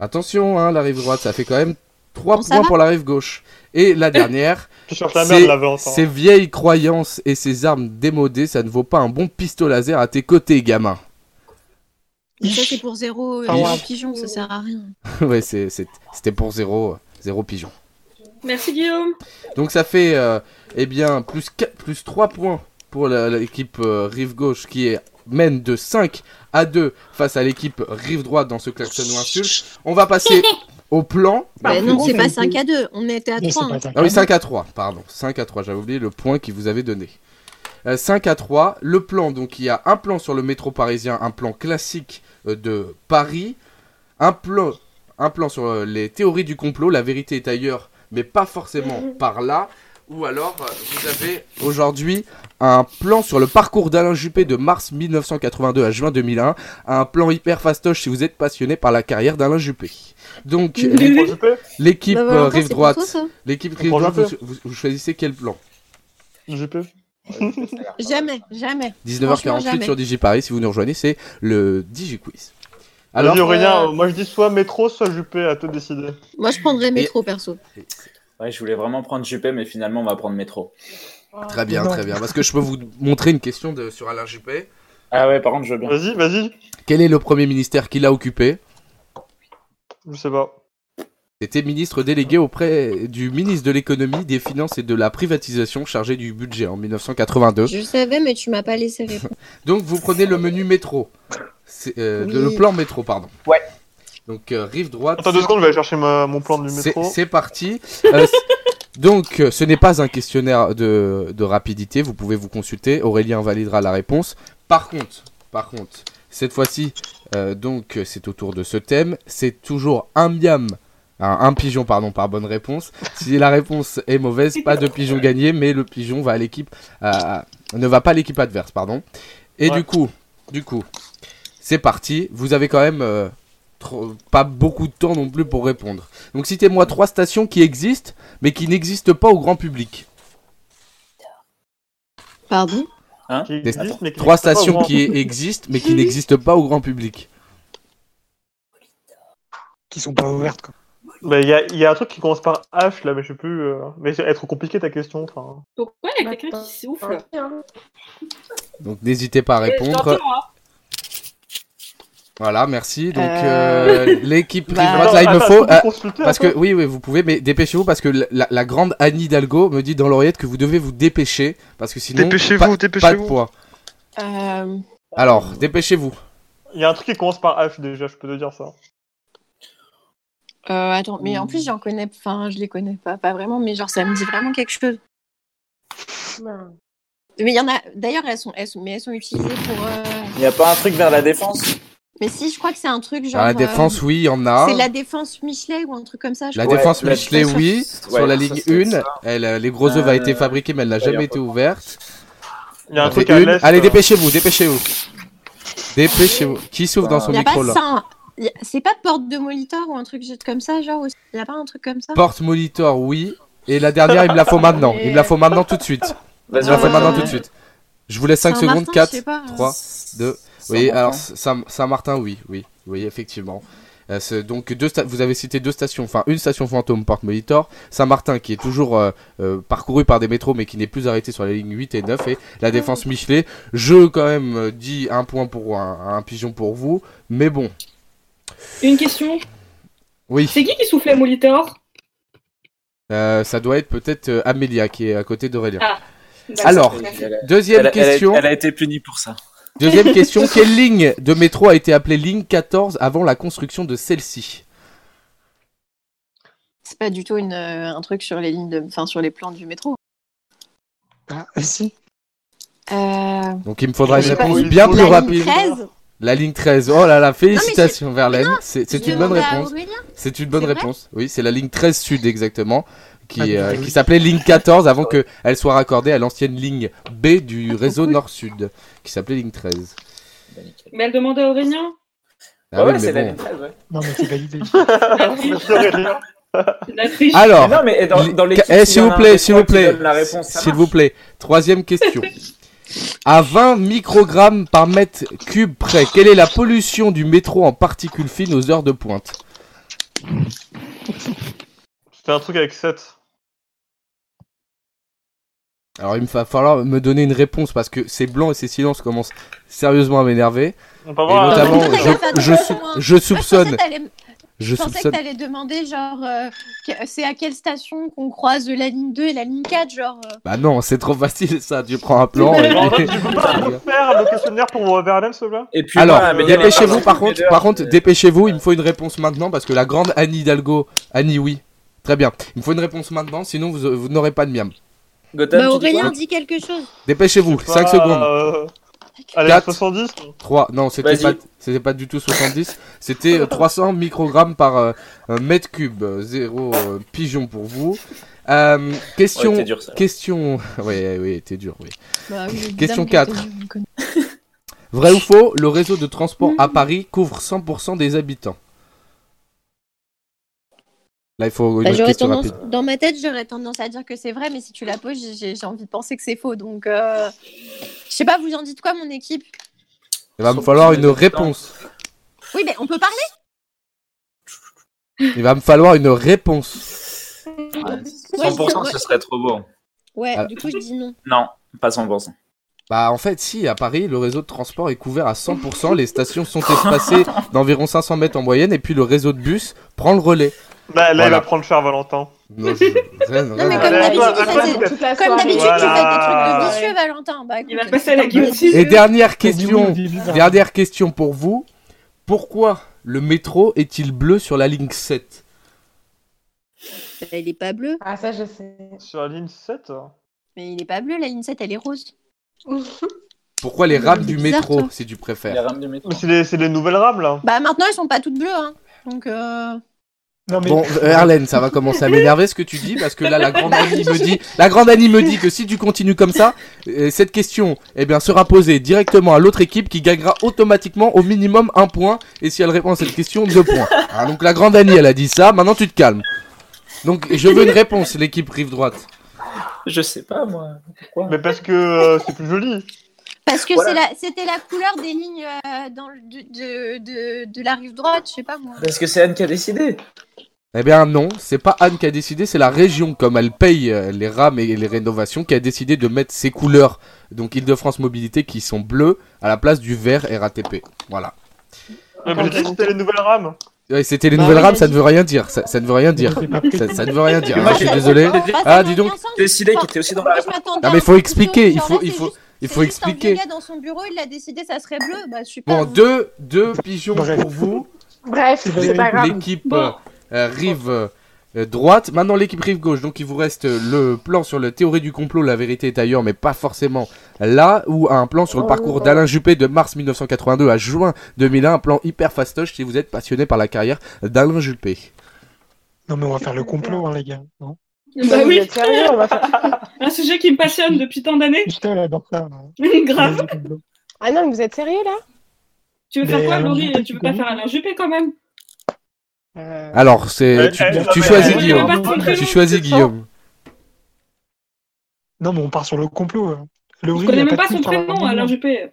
Speaker 1: Attention, hein, la rive droite, ça fait quand même 3
Speaker 3: Bon, ça
Speaker 1: points
Speaker 3: va
Speaker 1: pour la rive gauche. Et la dernière,
Speaker 5: Tu cherches la hein. merde
Speaker 1: C'est-
Speaker 5: là avant.
Speaker 1: ces vieilles croyances et ces armes démodées, ça ne vaut pas un bon pistolet laser à tes côtés, gamin.
Speaker 3: Ça, c'est pour zéro euh,
Speaker 5: Ah ouais.
Speaker 3: pigeon, ça sert à rien.
Speaker 1: ouais, c'est- c'est- c'était pour zéro, zéro pigeon.
Speaker 4: Merci Guillaume.
Speaker 1: Donc ça fait euh, eh bien plus 4, plus 3 points pour la- l'équipe euh, rive gauche qui est, mène de 5 à 2 face à l'équipe rive droite dans ce klaxon ou insulte. On va passer au plan.
Speaker 3: Bah
Speaker 6: Bah,
Speaker 3: non,
Speaker 6: oui,
Speaker 3: c'est pas
Speaker 6: mais-
Speaker 3: 5 à 2, on était à hein.
Speaker 6: Non,
Speaker 3: 3.
Speaker 4: hein.
Speaker 6: c'est pas ça.
Speaker 1: Ah oui, 5 à 3, pardon. 5 à 3, j'avais oublié le point qu'il vous avait donné. Euh, 5 à 3, le plan, donc il y a un plan sur le métro parisien, un plan classique euh, de Paris, un plan, un plan sur euh, les théories du complot, la vérité est ailleurs, mais pas forcément par là, ou alors euh, vous avez aujourd'hui un plan sur le parcours d'Alain Juppé de mars 1982 à juin 2001, un plan hyper fastoche si vous êtes passionné par la carrière d'Alain Juppé. Donc l'é- l'équipe
Speaker 3: Bah,
Speaker 1: euh,
Speaker 3: Valentin,
Speaker 1: rive
Speaker 3: c'est pour
Speaker 1: droite...
Speaker 3: toi, ça
Speaker 1: L'équipe
Speaker 5: On prend
Speaker 1: Rive-Droite,
Speaker 5: un
Speaker 1: vous, vous- vous choisissez quel plan
Speaker 5: JP.
Speaker 3: Jamais, jamais. Franchement,
Speaker 1: 19h48
Speaker 3: jamais.
Speaker 1: sur DigiParis, si vous nous rejoignez, c'est le DigiQuiz.
Speaker 5: Alors,
Speaker 1: Alors,
Speaker 5: Aurélien,
Speaker 3: euh,
Speaker 5: euh, moi je dis soit métro, soit Juppé, à te décider.
Speaker 3: Moi, je prendrais métro, perso.
Speaker 7: Ouais, je voulais vraiment prendre Juppé, mais finalement, on va prendre métro.
Speaker 1: très bien,
Speaker 6: Non.
Speaker 1: très bien. Parce que je peux vous montrer une question de, sur Alain Juppé.
Speaker 7: Ah ouais, par contre, je veux bien.
Speaker 5: Vas-y, vas-y.
Speaker 1: Quel est le premier ministère qu'il a occupé
Speaker 5: Je sais pas.
Speaker 1: C'était ministre délégué auprès du ministre de l'économie, des finances et de la privatisation chargé du budget en 1982.
Speaker 3: Je savais, mais tu m'as pas laissé répondre.
Speaker 1: Donc vous prenez le menu métro. C'est, euh, de-
Speaker 3: Oui.
Speaker 1: le plan métro, pardon.
Speaker 7: Ouais.
Speaker 1: Donc euh, rive droite.
Speaker 5: Attends deux secondes, je vais aller chercher ma- mon plan du
Speaker 1: C'est
Speaker 5: métro.
Speaker 1: c'est parti. Euh, c- donc, euh, ce n'est pas un questionnaire de, de rapidité. Vous pouvez vous consulter. Aurélien validera la réponse. Par contre, par contre, cette fois-ci, euh, donc euh, c'est autour de ce thème. C'est toujours un miam, un, un pigeon pardon par bonne réponse. Si la réponse est mauvaise, pas de pigeon gagné, mais le pigeon va à l'équipe, euh, ne va pas à l'équipe adverse, pardon. Et
Speaker 5: Ouais.
Speaker 1: du coup, du coup, c'est parti. Vous avez quand même euh, trop- pas beaucoup de temps non plus pour répondre. Donc citez-moi trois stations qui existent, mais qui n'existent pas au grand public.
Speaker 3: Pardon
Speaker 5: Qui
Speaker 1: Des-
Speaker 5: existe, mais qui
Speaker 1: Trois
Speaker 5: n'existe pas
Speaker 1: stations
Speaker 5: vraiment.
Speaker 1: qui existent, mais qui n'existent pas au grand public.
Speaker 6: Qui sont pas ouvertes, quoi.
Speaker 5: Bah, il y a, il y a un truc qui commence par H là, mais je sais plus. euh, Mais c'est trop compliqué ta question. Enfin,
Speaker 4: Pourquoi il y a
Speaker 3: Bah,
Speaker 4: quelqu'un qui souffle
Speaker 1: Donc n'hésitez pas à
Speaker 4: Eh, je
Speaker 1: répondre.
Speaker 4: t'entends, hein.
Speaker 1: Voilà, merci. Donc
Speaker 3: Euh,
Speaker 1: euh, l'équipe rive
Speaker 3: bah-
Speaker 1: droite, là il me
Speaker 5: attends,
Speaker 1: faut.
Speaker 5: attends,
Speaker 1: euh,
Speaker 5: consulter,
Speaker 1: parce que
Speaker 5: attends.
Speaker 1: oui, oui, vous pouvez, mais dépêchez-vous parce que la- la, la grande Annie Hidalgo me dit dans l'oreillette que vous devez vous dépêcher parce que sinon pas-
Speaker 8: Dépêchez-vous,
Speaker 1: pas de
Speaker 8: dépêchez-vous.
Speaker 1: poids.
Speaker 3: euh,
Speaker 1: Alors dépêchez-vous.
Speaker 5: Il y a un truc qui commence par H déjà, je peux te dire ça.
Speaker 3: euh, Attends, mais en plus, j'en connais. Enfin, je les connais pas, pas vraiment, mais genre, ça me dit vraiment quelque chose.
Speaker 2: Non.
Speaker 3: Mais il y en a. D'ailleurs, elles sont, elles sont- mais elles sont utilisées pour. euh,
Speaker 7: Il n'y a pas un truc vers la défense
Speaker 3: Mais si, je crois que c'est un truc genre.
Speaker 1: Sur la
Speaker 3: euh,
Speaker 1: défense, oui, il y en a.
Speaker 3: C'est la défense Michelet ou un truc comme ça, je
Speaker 1: La
Speaker 3: crois.
Speaker 1: défense
Speaker 7: la
Speaker 1: Michelet,
Speaker 3: défense-
Speaker 1: oui.
Speaker 7: Ouais,
Speaker 1: sur la
Speaker 7: ça,
Speaker 1: Ligue
Speaker 7: c'est
Speaker 1: 1,
Speaker 7: ça.
Speaker 1: elle, euh, les gros œufs a
Speaker 7: Euh,
Speaker 1: été fabriquée, mais elle n'a
Speaker 7: ouais, y a
Speaker 1: jamais
Speaker 7: pas
Speaker 1: été
Speaker 7: de-
Speaker 1: ouverte.
Speaker 5: Il y a un
Speaker 1: Ça fait
Speaker 5: truc à
Speaker 1: une.
Speaker 5: l'Est.
Speaker 1: Allez,
Speaker 5: euh,
Speaker 1: dépêchez-vous, dépêchez-vous. Dépêchez-vous. Qui s'ouvre dans son
Speaker 3: Il n'y a
Speaker 1: micro
Speaker 3: pas
Speaker 1: là
Speaker 3: ça. il y a- C'est pas porte de Molitor ou un truc comme ça, genre aussi. Il n'y a pas un truc comme ça
Speaker 1: Porte Molitor, oui. Et la dernière, il me la faut maintenant. Il me la faut maintenant tout de suite. Il
Speaker 7: Vas-y,
Speaker 1: me la faut
Speaker 3: Euh,
Speaker 1: maintenant tout de suite. Je vous laisse 5 secondes. 4, 3, 2. Oui, alors Saint- Saint-Martin, oui, oui, oui, effectivement. Euh, c'est donc deux sta- vous avez cité deux stations, enfin une station fantôme Porte Molitor, Saint-Martin qui est toujours euh, euh, parcouru par des métros mais qui n'est plus arrêté sur la ligne 8 et 9 et
Speaker 3: Ah.
Speaker 1: la défense Michelet. Je quand même euh, dis un point pour un, un pigeon pour vous, mais bon,
Speaker 4: Une question.
Speaker 1: oui,
Speaker 4: C'est qui qui soufflait Molitor
Speaker 1: Euh, ça doit être peut-être euh, Amélia qui est à côté d'Aurélien.
Speaker 4: Ah.
Speaker 1: Alors,
Speaker 7: Elle,
Speaker 1: deuxième
Speaker 7: elle- elle
Speaker 1: question,
Speaker 7: a, elle a été punie pour ça.
Speaker 1: deuxième question, quelle ligne de métro a été appelée ligne 14 avant la construction de celle-ci
Speaker 3: C'est pas du tout une, euh, un truc sur les lignes de, enfin sur les plans du métro.
Speaker 6: Ah, si.
Speaker 3: Euh...
Speaker 1: Donc il me faudra une
Speaker 5: Je sais pas,
Speaker 1: réponse
Speaker 5: il
Speaker 1: bien
Speaker 5: faut
Speaker 1: plus
Speaker 3: la
Speaker 1: rapide.
Speaker 3: ligne 13
Speaker 1: La ligne 13. Oh là là,
Speaker 3: mais
Speaker 1: félicitations Verlaine. C'est c'est
Speaker 3: Je
Speaker 1: une bonne
Speaker 3: demandais à
Speaker 1: réponse.
Speaker 3: Aurélien.
Speaker 1: C'est une bonne
Speaker 3: C'est vrai
Speaker 1: réponse. Oui, c'est la ligne 13 sud exactement
Speaker 6: Ah,
Speaker 1: qui, euh,
Speaker 6: putain,
Speaker 1: qui
Speaker 6: oui.
Speaker 1: s'appelait ligne 14 avant que elle soit raccordée à l'ancienne ligne B du réseau nord-sud qui s'appelait ligne 13.
Speaker 7: Bah,
Speaker 4: Mais elle demandait à Aurélien.
Speaker 1: Ah oui,
Speaker 7: ouais,
Speaker 1: mais
Speaker 7: c'est la
Speaker 1: bon.
Speaker 7: ligne 13, ouais.
Speaker 6: Non, mais c'est validé.
Speaker 4: La triche.
Speaker 5: Merci Aurélien.
Speaker 4: La triche.
Speaker 3: Ah.
Speaker 1: Alors,
Speaker 7: Mais non, mais dans,
Speaker 1: li-
Speaker 7: dans l'équipe,
Speaker 1: eh,
Speaker 7: y
Speaker 1: s'il
Speaker 7: en a
Speaker 1: vous
Speaker 7: un
Speaker 1: plaît,
Speaker 7: des
Speaker 1: s'il vous
Speaker 7: trois qui
Speaker 1: plaît,
Speaker 7: donne La réponse, ça
Speaker 1: s'il
Speaker 7: marche.
Speaker 1: vous plaît. Troisième question. À 20 microgrammes par mètre cube près, quelle est la pollution du métro en particules fines aux heures de pointe
Speaker 5: C'était un truc avec 7.
Speaker 1: Alors il me va falloir me donner une réponse parce que ces blancs et ces silences commencent sérieusement à m'énerver.
Speaker 5: On va
Speaker 1: Et
Speaker 5: voir.
Speaker 1: notamment,
Speaker 5: euh,
Speaker 1: je,
Speaker 3: Oh. attends,
Speaker 1: je sou-
Speaker 3: attends,
Speaker 1: je
Speaker 3: Je
Speaker 1: soupçonne,
Speaker 3: pensais que t'allais-
Speaker 1: je
Speaker 3: je pensais que
Speaker 1: soupçonne.
Speaker 3: t'allais demander, genre, euh, que- c'est à quelle station qu'on croise la ligne 2 et la ligne 4, genre. euh,
Speaker 1: Bah non, c'est trop facile ça. Tu prends un plan. et-
Speaker 5: en fait, tu peux pas refaire le questionnaire pour euh, Verlaine, s'il te plaît
Speaker 7: Et puis,
Speaker 1: Alors,
Speaker 7: voilà, mais il y a
Speaker 1: dépêchez-vous
Speaker 7: pas
Speaker 1: par
Speaker 7: vraiment
Speaker 1: contre,
Speaker 7: de
Speaker 1: par contre,
Speaker 7: leader.
Speaker 1: dépêchez-vous, il me faut une réponse maintenant parce que la grande Annie Hidalgo, Annie oui. Très bien. Il me faut une réponse maintenant, sinon vous, vous n'aurez pas de miam.
Speaker 3: Bah,
Speaker 7: Gotham, tu dis quoi
Speaker 3: Aurélien dit quelque chose.
Speaker 1: Dépêchez-vous, 5 secondes.
Speaker 5: Euh, allez,
Speaker 1: Quatre.
Speaker 5: 70.
Speaker 1: 3, non, c'était
Speaker 7: Vas-y.
Speaker 1: pas, c'était pas du tout 70, c'était euh, 300 microgrammes par euh, euh, mètre cube. 0 pigeon pour vous. Euh,
Speaker 7: Ouais,
Speaker 1: question,
Speaker 7: t'es dur, ça.
Speaker 1: question, oui, oui, t'es dur, oui.
Speaker 3: Bah oui, évidemment,
Speaker 1: Question
Speaker 3: il était
Speaker 1: quatre.
Speaker 3: nul, on connaît.
Speaker 1: Vrai ou faux, le réseau de transport à Paris couvre 100% des habitants. Là, il faut une
Speaker 3: Bah,
Speaker 1: autre
Speaker 3: j'aurais
Speaker 1: question
Speaker 3: tendance,
Speaker 1: rapide.
Speaker 3: dans ma tête, j'aurais tendance à dire que c'est vrai, mais si tu la poses, j'ai j'ai envie de penser que c'est faux. Donc, euh, je sais pas, vous en dites quoi, mon équipe
Speaker 1: Il va me falloir une réponse.
Speaker 3: Oui, mais on peut parler.
Speaker 1: Il va me falloir une réponse.
Speaker 3: Ouais, je-
Speaker 7: 100% ce serait trop beau.
Speaker 3: Ouais,
Speaker 1: Ah.
Speaker 3: du coup, je dis non.
Speaker 7: Non, pas 100%.
Speaker 1: Bah en fait si, à Paris, le réseau de transport est couvert à 100%, les stations sont espacées d'environ 500 mètres en moyenne et puis le réseau de bus prend le relais.
Speaker 5: Bah, Là, là il
Speaker 1: Voilà.
Speaker 5: va prendre cher Valentin.
Speaker 1: Non, je- rien- rien
Speaker 3: Non, mais
Speaker 1: à
Speaker 3: comme
Speaker 1: voir.
Speaker 3: d'habitude,
Speaker 5: Antoine,
Speaker 3: tu fais
Speaker 5: Antoine,
Speaker 3: des-
Speaker 5: Antoine,
Speaker 2: Toute la
Speaker 3: comme
Speaker 2: soirée.
Speaker 3: d'habitude,
Speaker 5: Voilà.
Speaker 3: tu fais des trucs de vicieux, Valentin. Bah,
Speaker 4: Il
Speaker 3: écoute,
Speaker 4: va passer à la
Speaker 3: c'est pas mal.
Speaker 4: guillotine.
Speaker 1: Et dernière question,
Speaker 6: Du coup,
Speaker 1: dernière question pour vous. Pourquoi le métro est-il bleu sur la ligne 7
Speaker 3: Bah, Il est pas bleu,
Speaker 2: Ah, ça, je sais.
Speaker 5: Sur la ligne hein. 7
Speaker 3: mais il est pas bleu. La ligne 7, elle est rose.
Speaker 1: Pourquoi les
Speaker 3: C'est
Speaker 1: rames du
Speaker 3: bizarre,
Speaker 1: métro,
Speaker 3: toi.
Speaker 1: si tu
Speaker 7: Les
Speaker 1: préfères
Speaker 7: rames du métro.
Speaker 5: Mais c'est les, c'est les nouvelles rames, là.
Speaker 3: Bah, maintenant, elles sont pas toutes bleues. Hein. Donc, euh,
Speaker 6: Non, mais.
Speaker 1: Bon, euh, Erlen, ça va commencer à m'énerver ce que tu dis parce que là, la grande Annie me dit, la grande Annie me dit que si tu continues comme ça, euh, cette question, eh bien, sera posée directement à l'autre équipe qui gagnera automatiquement au minimum un point et si elle répond à cette question, deux points. Hein, donc la grande Annie, elle a dit ça. Maintenant, tu te calmes. Donc, je veux une réponse, l'équipe rive droite.
Speaker 7: Je sais pas, moi. Pourquoi
Speaker 5: Mais parce que euh, c'est plus joli.
Speaker 3: Parce que
Speaker 7: Voilà.
Speaker 3: c'est la- c'était la couleur des lignes euh, dans le- de, de, de- de la rive droite, je sais pas moi.
Speaker 7: Parce que c'est Anne qui a décidé.
Speaker 1: Eh bien, non, c'est pas Anne qui a décidé, c'est la région, comme elle paye euh, les rames et les rénovations, qui a décidé de mettre ses couleurs, donc Île-de-France Mobilité, qui sont bleues, à la place du vert RATP. Voilà.
Speaker 5: Mais j'ai dit que c'était les nouvelles rames.
Speaker 1: Ouais, c'était les
Speaker 2: Bah
Speaker 1: nouvelles
Speaker 2: oui,
Speaker 1: rames,
Speaker 2: vas-y.
Speaker 1: ça ne veut rien dire. Ça, ça ne veut rien dire. ça, ça ne veut rien dire.
Speaker 7: Moi,
Speaker 1: je suis
Speaker 7: j'ai-
Speaker 1: désolé.
Speaker 3: Enfin, ça
Speaker 1: Ah,
Speaker 3: n'a
Speaker 1: dis donc.
Speaker 3: aucun sens.
Speaker 7: Décidé qui était aussi dans la
Speaker 3: Moi, je
Speaker 7: réponse.
Speaker 3: m'attendais
Speaker 1: Non,
Speaker 3: à
Speaker 1: mais
Speaker 3: un
Speaker 1: il faut
Speaker 3: truc
Speaker 1: expliquer.
Speaker 3: plutôt,
Speaker 1: Il
Speaker 3: genre
Speaker 1: faut,
Speaker 3: là,
Speaker 1: il
Speaker 3: c'est
Speaker 1: faut,
Speaker 3: juste-
Speaker 1: il
Speaker 3: c'est
Speaker 1: faut
Speaker 3: juste un vieux
Speaker 1: expliquer.
Speaker 3: gars dans son bureau, il a décidé ça serait bleu. Bah super.
Speaker 1: Bon, deux, deux pigeons
Speaker 6: Bref.
Speaker 1: pour vous.
Speaker 2: Bref, c'est pas grave.
Speaker 1: L'équipe
Speaker 2: Bon.
Speaker 1: euh, euh, rive euh, droite. Maintenant, l'équipe rive gauche. Donc, il vous reste euh, le plan sur la théorie du complot. La vérité est ailleurs, mais pas forcément là. Ou un plan sur le
Speaker 2: Oh.
Speaker 1: parcours d'Alain Juppé de mars 1982 à juin 2001. Un plan hyper fastoche si vous êtes passionné par la carrière d'Alain Juppé.
Speaker 6: Non, mais on va faire le complot, hein, les gars. Non
Speaker 4: Bah
Speaker 2: Vous
Speaker 4: oui,
Speaker 2: êtes sérieux, on va faire-
Speaker 4: un sujet qui me passionne depuis tant d'années.
Speaker 6: Putain, elle adore ça. hein.
Speaker 4: Grave.
Speaker 6: Le complot.
Speaker 2: Ah non, mais vous êtes sérieux là
Speaker 4: Tu veux faire
Speaker 6: Mais,
Speaker 4: quoi,
Speaker 6: euh,
Speaker 4: Laurie Tu veux pas faire Alain Juppé quand même
Speaker 2: Euh,
Speaker 1: Alors, c'est
Speaker 5: Ouais,
Speaker 1: tu,
Speaker 5: ouais,
Speaker 1: tu
Speaker 5: ouais,
Speaker 1: choisis
Speaker 5: ouais,
Speaker 1: Guillaume.
Speaker 4: ouais, ouais, ouais,
Speaker 1: Tu choisis Guillaume.
Speaker 6: Non, mais on part sur le complot. hein. Le
Speaker 4: Je
Speaker 6: riz,
Speaker 4: connais
Speaker 6: il a
Speaker 4: même
Speaker 6: pas
Speaker 4: pas
Speaker 6: de
Speaker 4: son
Speaker 6: filtre à la
Speaker 4: prénom,
Speaker 6: main.
Speaker 4: Alain Juppé.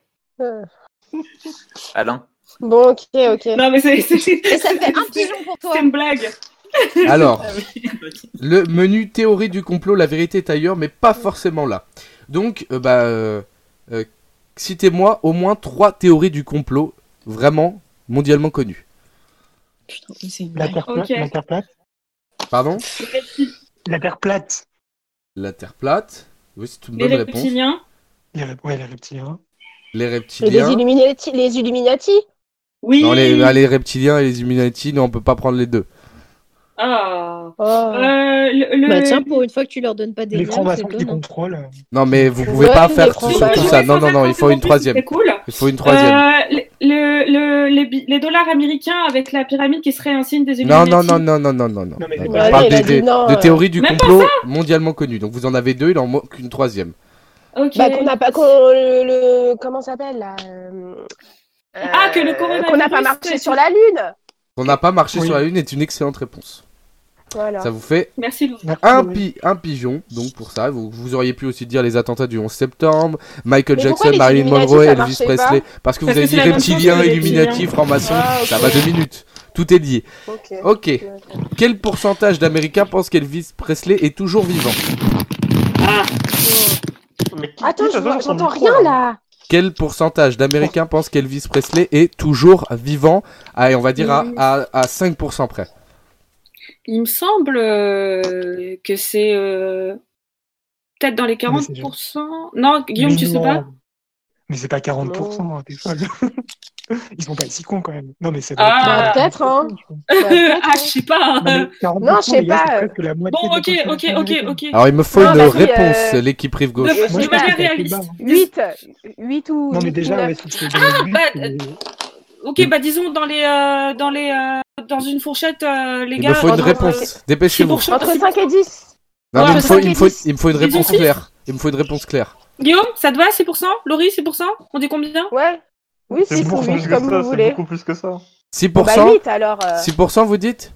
Speaker 7: Alain.
Speaker 2: Bon, ok, ok.
Speaker 4: Non, mais c'est. c'est-
Speaker 3: Et ça fait un pigeon pour toi.
Speaker 4: C'est une blague.
Speaker 1: Alors, le menu théorie du complot, la vérité est ailleurs, mais pas forcément là. Donc, euh, bah, euh, euh, citez-moi au moins trois théories du complot vraiment mondialement connues.
Speaker 3: Putain, mais c'est une
Speaker 6: La
Speaker 3: blague.
Speaker 6: terre, pla-
Speaker 4: Ok.
Speaker 6: la terre plate.
Speaker 1: Pardon
Speaker 6: La terre plate.
Speaker 1: La Terre plate. Oui, c'est une
Speaker 4: Les
Speaker 1: bonne réponse.
Speaker 4: reptiliens.
Speaker 6: Il y a le- ouais, il y a le petit hein. rein.
Speaker 1: Les
Speaker 2: Et les
Speaker 1: reptiliens.
Speaker 2: Illuminati, les Illuminati
Speaker 4: Oui.
Speaker 1: Non, les, ah, les reptiliens et les Illuminati, non, on peut pas prendre les deux.
Speaker 4: Ah.
Speaker 2: Oh.
Speaker 4: Euh, le, le-
Speaker 3: Bah tiens, pour une fois que tu leur donnes pas des
Speaker 6: Les
Speaker 3: liens,
Speaker 6: francs-maçons
Speaker 3: c'est
Speaker 6: qui
Speaker 3: étonnant.
Speaker 6: contrôlent. euh,
Speaker 1: Non, mais vous pouvez
Speaker 2: Ouais,
Speaker 1: pas
Speaker 2: mais
Speaker 1: faire
Speaker 2: les
Speaker 1: tout, sur
Speaker 2: francs-maçons.
Speaker 1: tout ça. Non, non, non, il faut une troisième.
Speaker 4: C'est cool.
Speaker 1: Il faut une troisième.
Speaker 4: Euh, les- le, le- les, bi- les dollars américains avec la pyramide qui serait un signe des
Speaker 1: Non,
Speaker 4: Illuminati.
Speaker 1: non, non, non, non, non, non, non.
Speaker 6: Non, mais
Speaker 1: non,
Speaker 6: il
Speaker 1: on
Speaker 6: a
Speaker 1: parle
Speaker 2: dit
Speaker 1: des- des-
Speaker 2: non,
Speaker 1: de
Speaker 2: euh.
Speaker 1: théorie du
Speaker 4: Même pas
Speaker 1: complot mondialement connue. Donc vous en avez deux, il en manque une troisième.
Speaker 4: Ok.
Speaker 2: Bah, qu'on n'a pas. qu'on- le, le- comment ça s'appelle là euh,
Speaker 4: Ah, que le
Speaker 2: euh,
Speaker 4: coronavirus,
Speaker 2: Qu'on n'a pas
Speaker 4: c'est-
Speaker 2: marché sur la Lune
Speaker 1: On n'a pas marché
Speaker 6: Oui.
Speaker 1: sur la lune est une excellente réponse.
Speaker 2: Voilà.
Speaker 1: Ça vous fait
Speaker 4: Merci, Lou.
Speaker 6: Merci,
Speaker 1: un,
Speaker 6: Laurie.
Speaker 1: pi- un pigeon. Donc pour ça, vous, vous auriez pu aussi dire les attentats du 11 septembre, Michael
Speaker 2: Mais pourquoi
Speaker 1: Jackson,
Speaker 2: les
Speaker 1: Marilyn
Speaker 2: Illuminati,
Speaker 1: Monroe,
Speaker 2: ça
Speaker 1: Elvis
Speaker 2: marchait pas
Speaker 1: Presley. Parce que
Speaker 4: Parce
Speaker 1: vous avez
Speaker 4: que c'est
Speaker 1: dit
Speaker 4: la même chose
Speaker 1: reptilien,
Speaker 4: que les
Speaker 1: illuminati,
Speaker 4: reptiliens.
Speaker 1: franc-maçon.
Speaker 2: Ah, ok.
Speaker 1: Ça va deux minutes. Tout Tout est lié.
Speaker 2: Ok.
Speaker 1: Ok. Quel pourcentage d'Américains pensent qu'Elvis Presley est toujours vivant
Speaker 5: Mais qui-
Speaker 2: Attends,
Speaker 5: qui,
Speaker 2: je
Speaker 5: ça,
Speaker 2: vois-
Speaker 5: sur son
Speaker 2: j'entends
Speaker 5: micro,
Speaker 2: rien là.
Speaker 1: Quel pourcentage d'Américains pensent qu'Elvis Presley est toujours vivant Allez, on va dire à, à, à 5% près.
Speaker 4: Il me semble euh, que c'est euh, peut-être dans les 40%. Non, Guillaume, tu sais
Speaker 6: non.
Speaker 4: pas
Speaker 6: Mais c'est pas 40%, hein, t'es folle. Ils sont pas si cons quand même. Non, mais c'est.
Speaker 4: Ah,
Speaker 2: Bah, peut-être, hein.
Speaker 4: Ah, je sais pas.
Speaker 6: Non, mais 40%,
Speaker 2: Non, je sais
Speaker 6: les gars,
Speaker 2: pas,
Speaker 6: c'est
Speaker 2: euh.
Speaker 6: presque la
Speaker 4: Bon,
Speaker 6: moitié de la
Speaker 4: ok, ok,
Speaker 6: population
Speaker 4: ok,
Speaker 6: américaine.
Speaker 4: ok.
Speaker 1: Alors, il me faut
Speaker 2: Non,
Speaker 1: une
Speaker 2: vas-y,
Speaker 1: réponse,
Speaker 2: euh,
Speaker 1: l'équipe rive
Speaker 4: De,
Speaker 1: gauche.
Speaker 6: Moi,
Speaker 4: de
Speaker 6: je pense
Speaker 4: manière
Speaker 6: que c'est
Speaker 4: réaliste.
Speaker 6: bas. hein.
Speaker 2: 8. 8 ou.
Speaker 6: Non, mais
Speaker 2: 19.
Speaker 6: déjà, ouais, c'est c'est dans le but,
Speaker 4: bah,
Speaker 6: mais-
Speaker 4: Ok, bah disons dans les euh, dans les euh, dans une fourchette euh, les
Speaker 1: Il
Speaker 4: gars.
Speaker 1: me faut une
Speaker 2: entre-
Speaker 1: réponse. Dépêchez-vous.
Speaker 4: Fourchette-
Speaker 2: Entre 5 et 10.
Speaker 1: Non, mais il me
Speaker 4: entre
Speaker 1: faut,
Speaker 2: cinq
Speaker 1: il
Speaker 2: et
Speaker 1: me faut-
Speaker 2: dix.
Speaker 1: il me faut une
Speaker 4: Ils ont
Speaker 1: réponse
Speaker 4: six.
Speaker 1: claire. Il me faut une réponse claire.
Speaker 4: Guillaume, ça te va 6% Laurie, 6% On dit combien
Speaker 2: Ouais. Oui,
Speaker 5: C'est
Speaker 2: 6 ou
Speaker 5: beaucoup plus
Speaker 2: 8,
Speaker 5: que
Speaker 2: comme
Speaker 5: ça,
Speaker 2: vous
Speaker 5: c'est
Speaker 2: voulez.
Speaker 5: beaucoup plus que ça.
Speaker 2: Bon,
Speaker 1: 6%,
Speaker 2: bah 8 alors. euh,
Speaker 1: 6% vous dites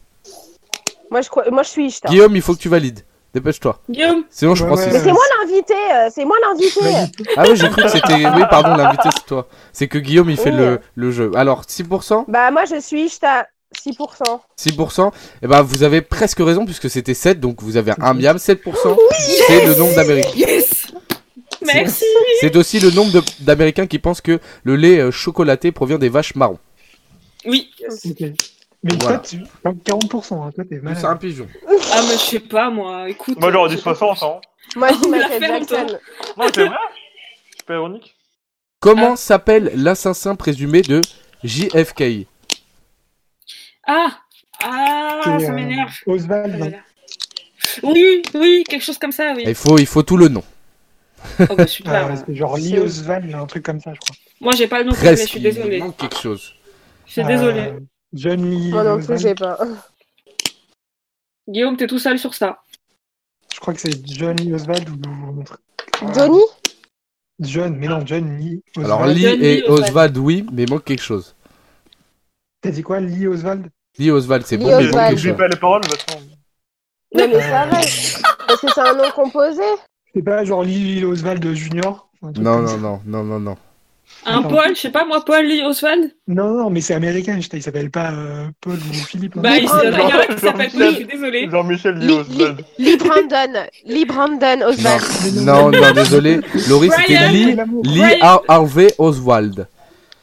Speaker 2: Moi, je crois... moi je suis. je t'en-
Speaker 1: Guillaume, il faut que tu valides. Dépêche-toi.
Speaker 4: Guillaume,
Speaker 1: Sinon, je
Speaker 6: Ouais,
Speaker 1: prends
Speaker 6: ouais.
Speaker 2: Mais
Speaker 1: 6.
Speaker 2: c'est moi l'invité. euh, C'est moi l'invité.
Speaker 1: Ah oui, j'ai cru que c'était. Oui, pardon, l'invité, c'est toi. C'est que Guillaume, il fait
Speaker 2: Oui.
Speaker 1: le, le jeu. Alors, 6%,
Speaker 2: Bah, moi je suis. Je t'as 6%.
Speaker 1: 6%, eh ben, vous avez presque raison puisque c'était 7, donc vous avez un miam, 7%. c'est le nombre d'Américains.
Speaker 4: yes Merci
Speaker 1: C'est aussi le nombre de- d'Américains qui pensent que le lait euh, chocolaté provient des vaches marrons.
Speaker 4: Oui.
Speaker 6: Ok. Mais
Speaker 1: Voilà.
Speaker 6: toi, tu. enfin, 40%, hein, toi, t'es malade.
Speaker 1: C'est un pigeon.
Speaker 4: Ah, mais je sais pas moi, écoute.
Speaker 5: Moi j'aurais
Speaker 4: euh,
Speaker 5: dit 60, hein.
Speaker 2: Moi je dis
Speaker 4: On l'a
Speaker 2: Michael
Speaker 4: fait
Speaker 2: Jackson.
Speaker 5: Non, c'est vrai C'est pas ironique
Speaker 2: Ah.
Speaker 1: Comment s'appelle l'assassin présumé de JFK
Speaker 4: Ah Ah,
Speaker 6: T'es,
Speaker 4: ça
Speaker 6: euh,
Speaker 4: m'énerve.
Speaker 6: Oswald, hein. non.
Speaker 4: Voilà. Oui, oui, quelque chose comme ça, oui.
Speaker 1: Il faut, il faut tout le nom.
Speaker 4: Oh, bah, super.
Speaker 6: Euh, c'est genre Lee Oswald, un truc comme ça, je crois.
Speaker 4: Moi, j'ai pas le nom, mais je
Speaker 1: Presque.
Speaker 4: suis
Speaker 1: Il
Speaker 4: désolée.
Speaker 1: manque quelque chose.
Speaker 4: Je suis
Speaker 6: Euh,
Speaker 4: désolée.
Speaker 6: John Lee.
Speaker 2: Moi non plus,
Speaker 6: Oswald.
Speaker 2: j'ai pas.
Speaker 4: Guillaume, t'es tout seul sur ça.
Speaker 6: Je crois que c'est John Lee Oswald ou. un truc.
Speaker 5: Ah.
Speaker 2: Johnny
Speaker 6: John, mais non, John Lee Oswald.
Speaker 1: Alors Lee
Speaker 4: John Lee
Speaker 1: et
Speaker 4: Oswald.
Speaker 1: Oswald, oui, mais il manque quelque chose.
Speaker 6: T'as dit quoi, Lee Oswald
Speaker 1: Lee Oswald, c'est
Speaker 2: Lee
Speaker 1: bon, mais euh, il manque quelque
Speaker 2: Oswald.
Speaker 5: N'oublie
Speaker 1: chose.
Speaker 5: pas les paroles, de toute façon.
Speaker 2: Non, mais c'est pareil. Parce que c'est un nom composé.
Speaker 6: C'est pas genre Lee Oswald Junior un truc
Speaker 1: Non,
Speaker 6: comme
Speaker 1: non,
Speaker 6: ça.
Speaker 1: non, non, non, non.
Speaker 4: Un
Speaker 6: Attends.
Speaker 4: Paul, je sais pas, moi, Paul Lee Oswald
Speaker 6: Non, non, mais c'est américain, je sais, il s'appelle pas euh, Paul ou Philippe. non
Speaker 4: Bah, il
Speaker 2: Oh,
Speaker 4: s'appelle- il y en a qui
Speaker 5: Ah, non.
Speaker 4: s'appelle Paul, je suis désolée.
Speaker 5: Jean-Michel
Speaker 2: Lee-
Speaker 5: Lee Oswald.
Speaker 2: Lee Brandon. Lee Brandon
Speaker 1: Non,
Speaker 2: Oswald.
Speaker 1: non, non, désolé. Laurie, c'était
Speaker 4: Brian.
Speaker 1: Lee,
Speaker 6: L'amour.
Speaker 1: Lee
Speaker 4: Brian.
Speaker 1: Har- Harvey Oswald.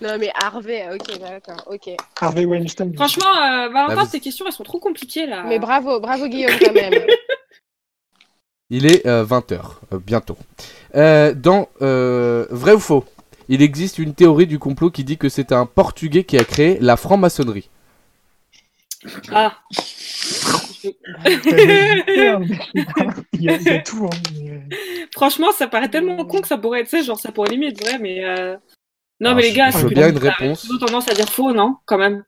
Speaker 2: Non, mais Harvey, ah, ok, d'accord, ok.
Speaker 6: Harvey Weinstein.
Speaker 4: Franchement, euh,
Speaker 1: Bah,
Speaker 4: Valentin,
Speaker 1: vous-
Speaker 4: ces questions, elles sont trop compliquées, là.
Speaker 2: Ah. Mais bravo, bravo Guillaume quand même.
Speaker 1: Il est euh, 20h, bientôt. Euh, dans euh, Vrai ou Faux, il existe une théorie du complot qui dit que c'est un Portugais qui a créé la franc-maçonnerie.
Speaker 4: Ah.
Speaker 6: il, y a, il y a tout. Hein. mais-
Speaker 4: Franchement, ça paraît tellement con que ça pourrait être, tu sais, genre, ça pourrait limite, vrai, mais. euh, Non,
Speaker 1: Alors,
Speaker 4: mais les
Speaker 1: Ah, je-
Speaker 4: gars,
Speaker 1: je
Speaker 4: c'est
Speaker 1: veux
Speaker 4: plus-
Speaker 1: bien une
Speaker 4: ça a
Speaker 1: réponse.
Speaker 4: plutôt tendance à dire faux, non Quand même.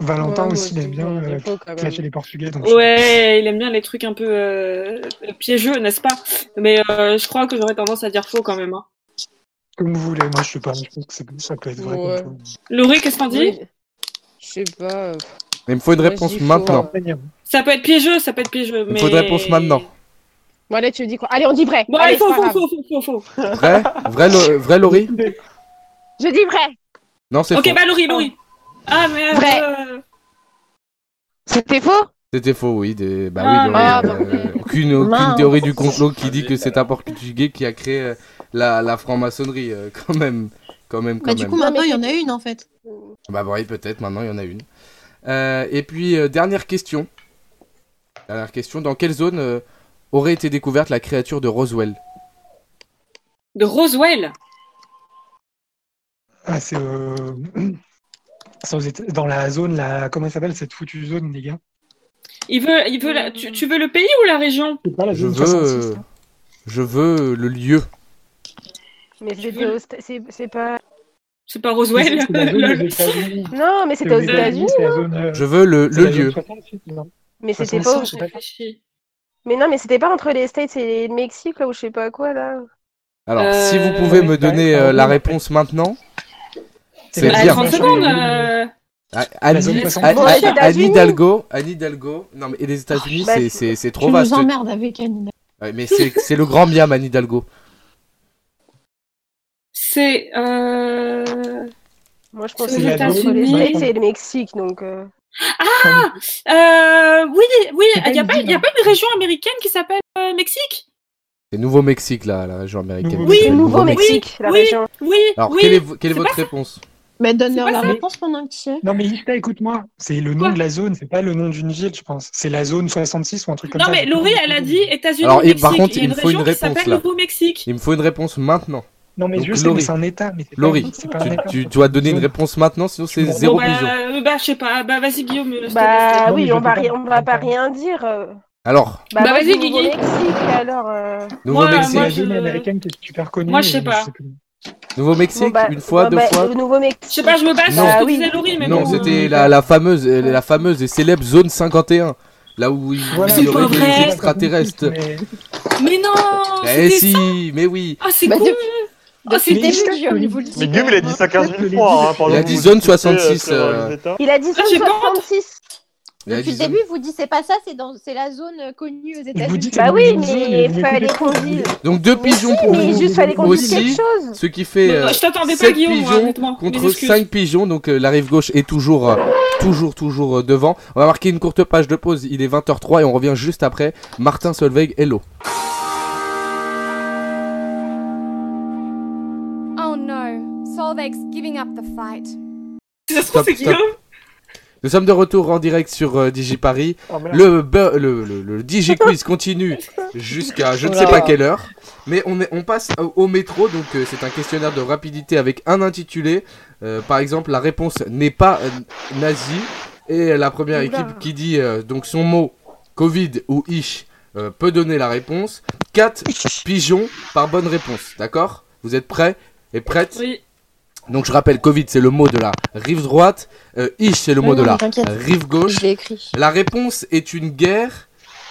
Speaker 6: Valentin
Speaker 2: Ouais,
Speaker 6: aussi, il
Speaker 2: moi
Speaker 6: aime
Speaker 2: aussi,
Speaker 6: bien
Speaker 2: j'aurais
Speaker 6: euh,
Speaker 2: dit faux, quand
Speaker 6: clasher
Speaker 2: même.
Speaker 6: les Portugais. Donc
Speaker 4: Ouais, il aime bien les trucs un peu euh, piégeux, n'est-ce pas Mais euh, je crois que j'aurais tendance à dire faux quand même. Hein.
Speaker 6: Comme vous voulez, moi je sais pas, je pense que c'est- ça peut être vrai.
Speaker 2: Ouais.
Speaker 6: Comme tout.
Speaker 4: Laurie, qu'est-ce t'en dis
Speaker 2: Oui. Je sais pas. euh,
Speaker 1: Il me faut une
Speaker 2: Moi, je
Speaker 1: réponse
Speaker 2: dis faux.
Speaker 1: maintenant.
Speaker 4: Ça peut être piégeux, ça peut être piégeux.
Speaker 1: me
Speaker 4: mais...
Speaker 1: faut une réponse maintenant.
Speaker 2: Bon, allez, tu me dis quoi Allez, on dit vrai.
Speaker 4: Bon,
Speaker 2: allez,
Speaker 4: allez, faux,
Speaker 2: c'est pas
Speaker 4: faux,
Speaker 2: grave.
Speaker 4: faux, faux, faux, faux.
Speaker 1: Vrai Vrai, Lo- vrai Laurie
Speaker 2: Je dis vrai.
Speaker 1: Non, c'est
Speaker 4: Ok,
Speaker 1: faux.
Speaker 4: bah Laurie, Laurie. Ah, mais. euh,
Speaker 2: Vrai. C'était faux
Speaker 1: C'était faux, oui. des- Bah
Speaker 4: Ah,
Speaker 1: oui,
Speaker 2: merde.
Speaker 1: Laurie, euh, aucune, aucune
Speaker 3: Mince.
Speaker 1: théorie du complot qui dit que c'est un Portugais qui a créé euh, la, la franc-maçonnerie, euh, quand même. Quand même, quand
Speaker 3: Bah,
Speaker 1: même.
Speaker 3: du coup, maintenant, il y en a une en fait.
Speaker 1: Bah oui, peut-être, maintenant il y en a une. Euh, et puis, euh, dernière question. Dernière question, dans quelle zone euh, aurait été découverte la créature de Roswell
Speaker 4: De Roswell.
Speaker 6: Ah, c'est. euh, c'est aux Éta- Dans la zone, là, comment elle s'appelle cette foutue zone, les gars
Speaker 4: Il veut, il veut la- tu, tu veux le pays ou la région
Speaker 6: C'est pas la
Speaker 1: Je
Speaker 6: zone hein.
Speaker 1: veux,
Speaker 6: 66,
Speaker 1: euh,
Speaker 6: là
Speaker 1: je veux euh, le lieu.
Speaker 2: Mais c'était
Speaker 4: veux-
Speaker 2: aux Sta- c'est c'est pas.
Speaker 4: C'est pas
Speaker 6: C'est
Speaker 4: Roswell.
Speaker 6: la zone
Speaker 4: lol.
Speaker 6: des États-Unis.
Speaker 2: Non, mais
Speaker 6: C'est
Speaker 2: c'était aux
Speaker 6: États-Unis,
Speaker 2: États-Unis.
Speaker 6: c'est la zone, euh,
Speaker 1: Je veux le,
Speaker 6: c'est
Speaker 1: le
Speaker 6: la zone
Speaker 1: lieu.
Speaker 6: 68, non
Speaker 2: Mais c'était
Speaker 6: Attends,
Speaker 2: pas.
Speaker 6: c'est-
Speaker 2: aux-
Speaker 4: Je réfléchis.
Speaker 2: Mais non, mais c'était pas entre les States et le Mexique là ou je sais pas quoi là.
Speaker 1: Alors,
Speaker 4: Euh,
Speaker 1: si vous pouvez me
Speaker 3: bah,
Speaker 6: ouais,
Speaker 1: donner
Speaker 6: ouais,
Speaker 1: euh, la
Speaker 6: ouais.
Speaker 1: réponse maintenant,
Speaker 6: C'est
Speaker 1: c'est
Speaker 6: la
Speaker 4: Ah,
Speaker 6: bien.
Speaker 4: 30
Speaker 6: Bien.
Speaker 4: secondes. euh,
Speaker 1: Ah, Anne,
Speaker 6: zone
Speaker 1: Anne-
Speaker 6: 70.
Speaker 1: Anne-
Speaker 2: Les
Speaker 1: Anne
Speaker 2: États-Unis.
Speaker 1: Hidalgo, Anne Hidalgo, non mais et les États-Unis,
Speaker 2: bah,
Speaker 1: c'est-
Speaker 2: je-
Speaker 1: c'est c'est trop
Speaker 3: Tu nous
Speaker 1: vaste.
Speaker 3: emmerdes avec Anina.
Speaker 1: Ouais, mais c'est c'est le grand miam, Anne Hidalgo.
Speaker 4: C'est. euh,
Speaker 2: Moi je pense
Speaker 4: C'est euh,
Speaker 2: que
Speaker 4: aux
Speaker 2: c'était entre les
Speaker 4: États-Unis.
Speaker 2: States et le Mexique donc. euh,
Speaker 4: Ah Oui, oui,
Speaker 6: C'est pas
Speaker 4: il n'y a,
Speaker 6: une
Speaker 4: pas-
Speaker 6: ville,
Speaker 4: y a
Speaker 6: hein.
Speaker 4: pas une région américaine qui s'appelle euh, Mexique
Speaker 1: C'est Nouveau-Mexique, là, la région américaine.
Speaker 6: Nouveau- Oui,
Speaker 1: C'est le
Speaker 4: Nouveau-Mexique.
Speaker 2: Nouveau-Mexique, la
Speaker 4: oui.
Speaker 2: région.
Speaker 4: Oui,
Speaker 1: Alors,
Speaker 4: oui.
Speaker 1: quelle est, quelle est
Speaker 4: c'est
Speaker 1: votre réponse
Speaker 3: Mais donne-leur
Speaker 4: C'est
Speaker 3: la
Speaker 4: pas ça.
Speaker 3: réponse pendant que tu es.
Speaker 6: Non, mais Ita, écoute-moi, c'est le nom
Speaker 4: Quoi
Speaker 6: de la zone, c'est pas le nom d'une ville, je pense. C'est la zone 66 ou un truc comme
Speaker 4: Non,
Speaker 6: ça.
Speaker 4: mais Laurie, elle a dit États-Unis.
Speaker 1: Alors,
Speaker 4: ou
Speaker 1: et par
Speaker 4: Mexique.
Speaker 1: contre,
Speaker 4: y a
Speaker 1: il me faut une
Speaker 4: région
Speaker 1: réponse,
Speaker 4: qui s'appelle
Speaker 1: là.
Speaker 4: Nouveau-Mexique.
Speaker 1: Il me faut une réponse maintenant.
Speaker 6: Non, mais
Speaker 1: Donc,
Speaker 6: je sais,
Speaker 1: Laurie.
Speaker 6: mais c'est un état. Mais c'est pas-
Speaker 1: Laurie,
Speaker 6: c'est pas un
Speaker 1: Tu,
Speaker 6: état.
Speaker 1: tu dois donner une réponse maintenant, sinon c'est
Speaker 6: Bon,
Speaker 1: zéro
Speaker 4: bah,
Speaker 1: pigeon.
Speaker 4: euh, bah, je sais pas. Bah, vas-y, Guillaume. le-
Speaker 6: Non,
Speaker 2: Bah
Speaker 6: mais
Speaker 2: oui,
Speaker 6: je
Speaker 2: on
Speaker 6: peux
Speaker 2: va,
Speaker 6: pas.
Speaker 2: ri- on va pas rien dire. euh.
Speaker 1: Alors,
Speaker 2: Bah,
Speaker 4: Bah,
Speaker 2: moi,
Speaker 4: vas-y,
Speaker 2: je vais au
Speaker 4: Guigui.
Speaker 2: Mexique, alors. euh.
Speaker 6: C'est la
Speaker 4: Bah, moi,
Speaker 1: Nouveau-Mexique,
Speaker 4: je-
Speaker 6: zone américaine qui est super connue.
Speaker 4: Moi, je sais
Speaker 6: mais
Speaker 4: pas.
Speaker 6: plus.
Speaker 2: Bon,
Speaker 1: Nouveau-Mexique,
Speaker 2: bah,
Speaker 1: une fois,
Speaker 2: bon,
Speaker 1: deux
Speaker 2: bah,
Speaker 1: fois.
Speaker 2: le Nouveau-Mexique.
Speaker 4: Je sais pas, je me base sur
Speaker 1: Non.
Speaker 4: ce
Speaker 2: Bah
Speaker 4: que
Speaker 2: oui.
Speaker 4: disait Laurie, mais
Speaker 1: non,
Speaker 4: bon.
Speaker 1: c'était
Speaker 4: euh,
Speaker 1: la, la fameuse, euh, la fameuse et célèbre zone 51. Là où il
Speaker 6: Voilà, euh,
Speaker 1: il y
Speaker 4: c'est
Speaker 1: aurait
Speaker 4: pas
Speaker 1: des
Speaker 4: vrai.
Speaker 1: extraterrestres.
Speaker 6: Mais-
Speaker 4: Mais non
Speaker 1: Eh
Speaker 4: c'était ça.
Speaker 1: si, mais oui.
Speaker 4: Ah, c'est
Speaker 3: Bah,
Speaker 4: con
Speaker 3: depuis-
Speaker 4: Ah,
Speaker 3: Depuis
Speaker 4: c'est
Speaker 3: le
Speaker 6: Mais
Speaker 3: début,
Speaker 6: je-
Speaker 3: je vous le dis.
Speaker 5: Mais Guillaume, il a dit ça 15 000 fois. Hein, pendant
Speaker 1: Il a
Speaker 5: que
Speaker 1: dit
Speaker 5: vous
Speaker 1: zone
Speaker 5: discutez, euh,
Speaker 1: 66,
Speaker 5: sur, euh,
Speaker 1: euh,
Speaker 5: les États.
Speaker 2: Il a dit
Speaker 4: Ah, j'ai pas entendu.
Speaker 2: 66.
Speaker 1: Il a
Speaker 3: Depuis
Speaker 1: dit
Speaker 3: le
Speaker 1: zone-
Speaker 3: début, vous dites c'est pas ça, c'est dans c'est la zone euh, connue aux
Speaker 6: Je vous
Speaker 3: États-Unis.
Speaker 6: dis que
Speaker 2: Bah
Speaker 6: c'est
Speaker 2: oui,
Speaker 6: une zone,
Speaker 2: mais
Speaker 6: vous
Speaker 2: il fallait
Speaker 6: l'écoutez
Speaker 2: qu'on
Speaker 6: pas.
Speaker 2: dise.
Speaker 1: Donc deux pigeons pour
Speaker 2: Mais
Speaker 1: vous.
Speaker 2: juste fallait qu'on dise
Speaker 1: Aussi,
Speaker 2: quelque chose.
Speaker 1: Ce qui fait euh,
Speaker 4: Je t'attendais pas,
Speaker 1: 7
Speaker 4: Guillaume, moi,
Speaker 1: pigeons
Speaker 4: honnêtement. Mes
Speaker 1: contre
Speaker 4: excuses.
Speaker 1: 5 pigeons. Donc euh, la rive gauche est toujours, euh, toujours, toujours euh, devant. On va marquer une courte page de pause. Il est 20h03 et on revient juste après. Martin Solveig, hello.
Speaker 8: Oh no, Solveig's giving up the fight.
Speaker 4: Ça se trouve, c'est
Speaker 1: Stop, stop.
Speaker 4: Guillaume.
Speaker 1: Nous sommes de retour en direct sur euh, DigiParis.
Speaker 6: Ah,
Speaker 5: Oh, merde.
Speaker 1: Le, bu- le, le, le DJ Quiz continue jusqu'à je ne sais pas quelle heure. Mais on, est, on passe au, au métro, donc euh, c'est un questionnaire de rapidité avec un intitulé. Euh, par exemple, la réponse n'est pas euh, nazi. Et la première équipe qui dit euh, donc son mot Covid ou Ish euh, peut donner la réponse. 4 pigeons par bonne réponse, d'accord Vous êtes prêts et prêtes
Speaker 4: Oui.
Speaker 1: Donc je rappelle, Covid c'est le mot de la rive droite, euh, Ish c'est le mot de la rive gauche.
Speaker 3: Je l'ai écrit.
Speaker 1: La réponse est une guerre.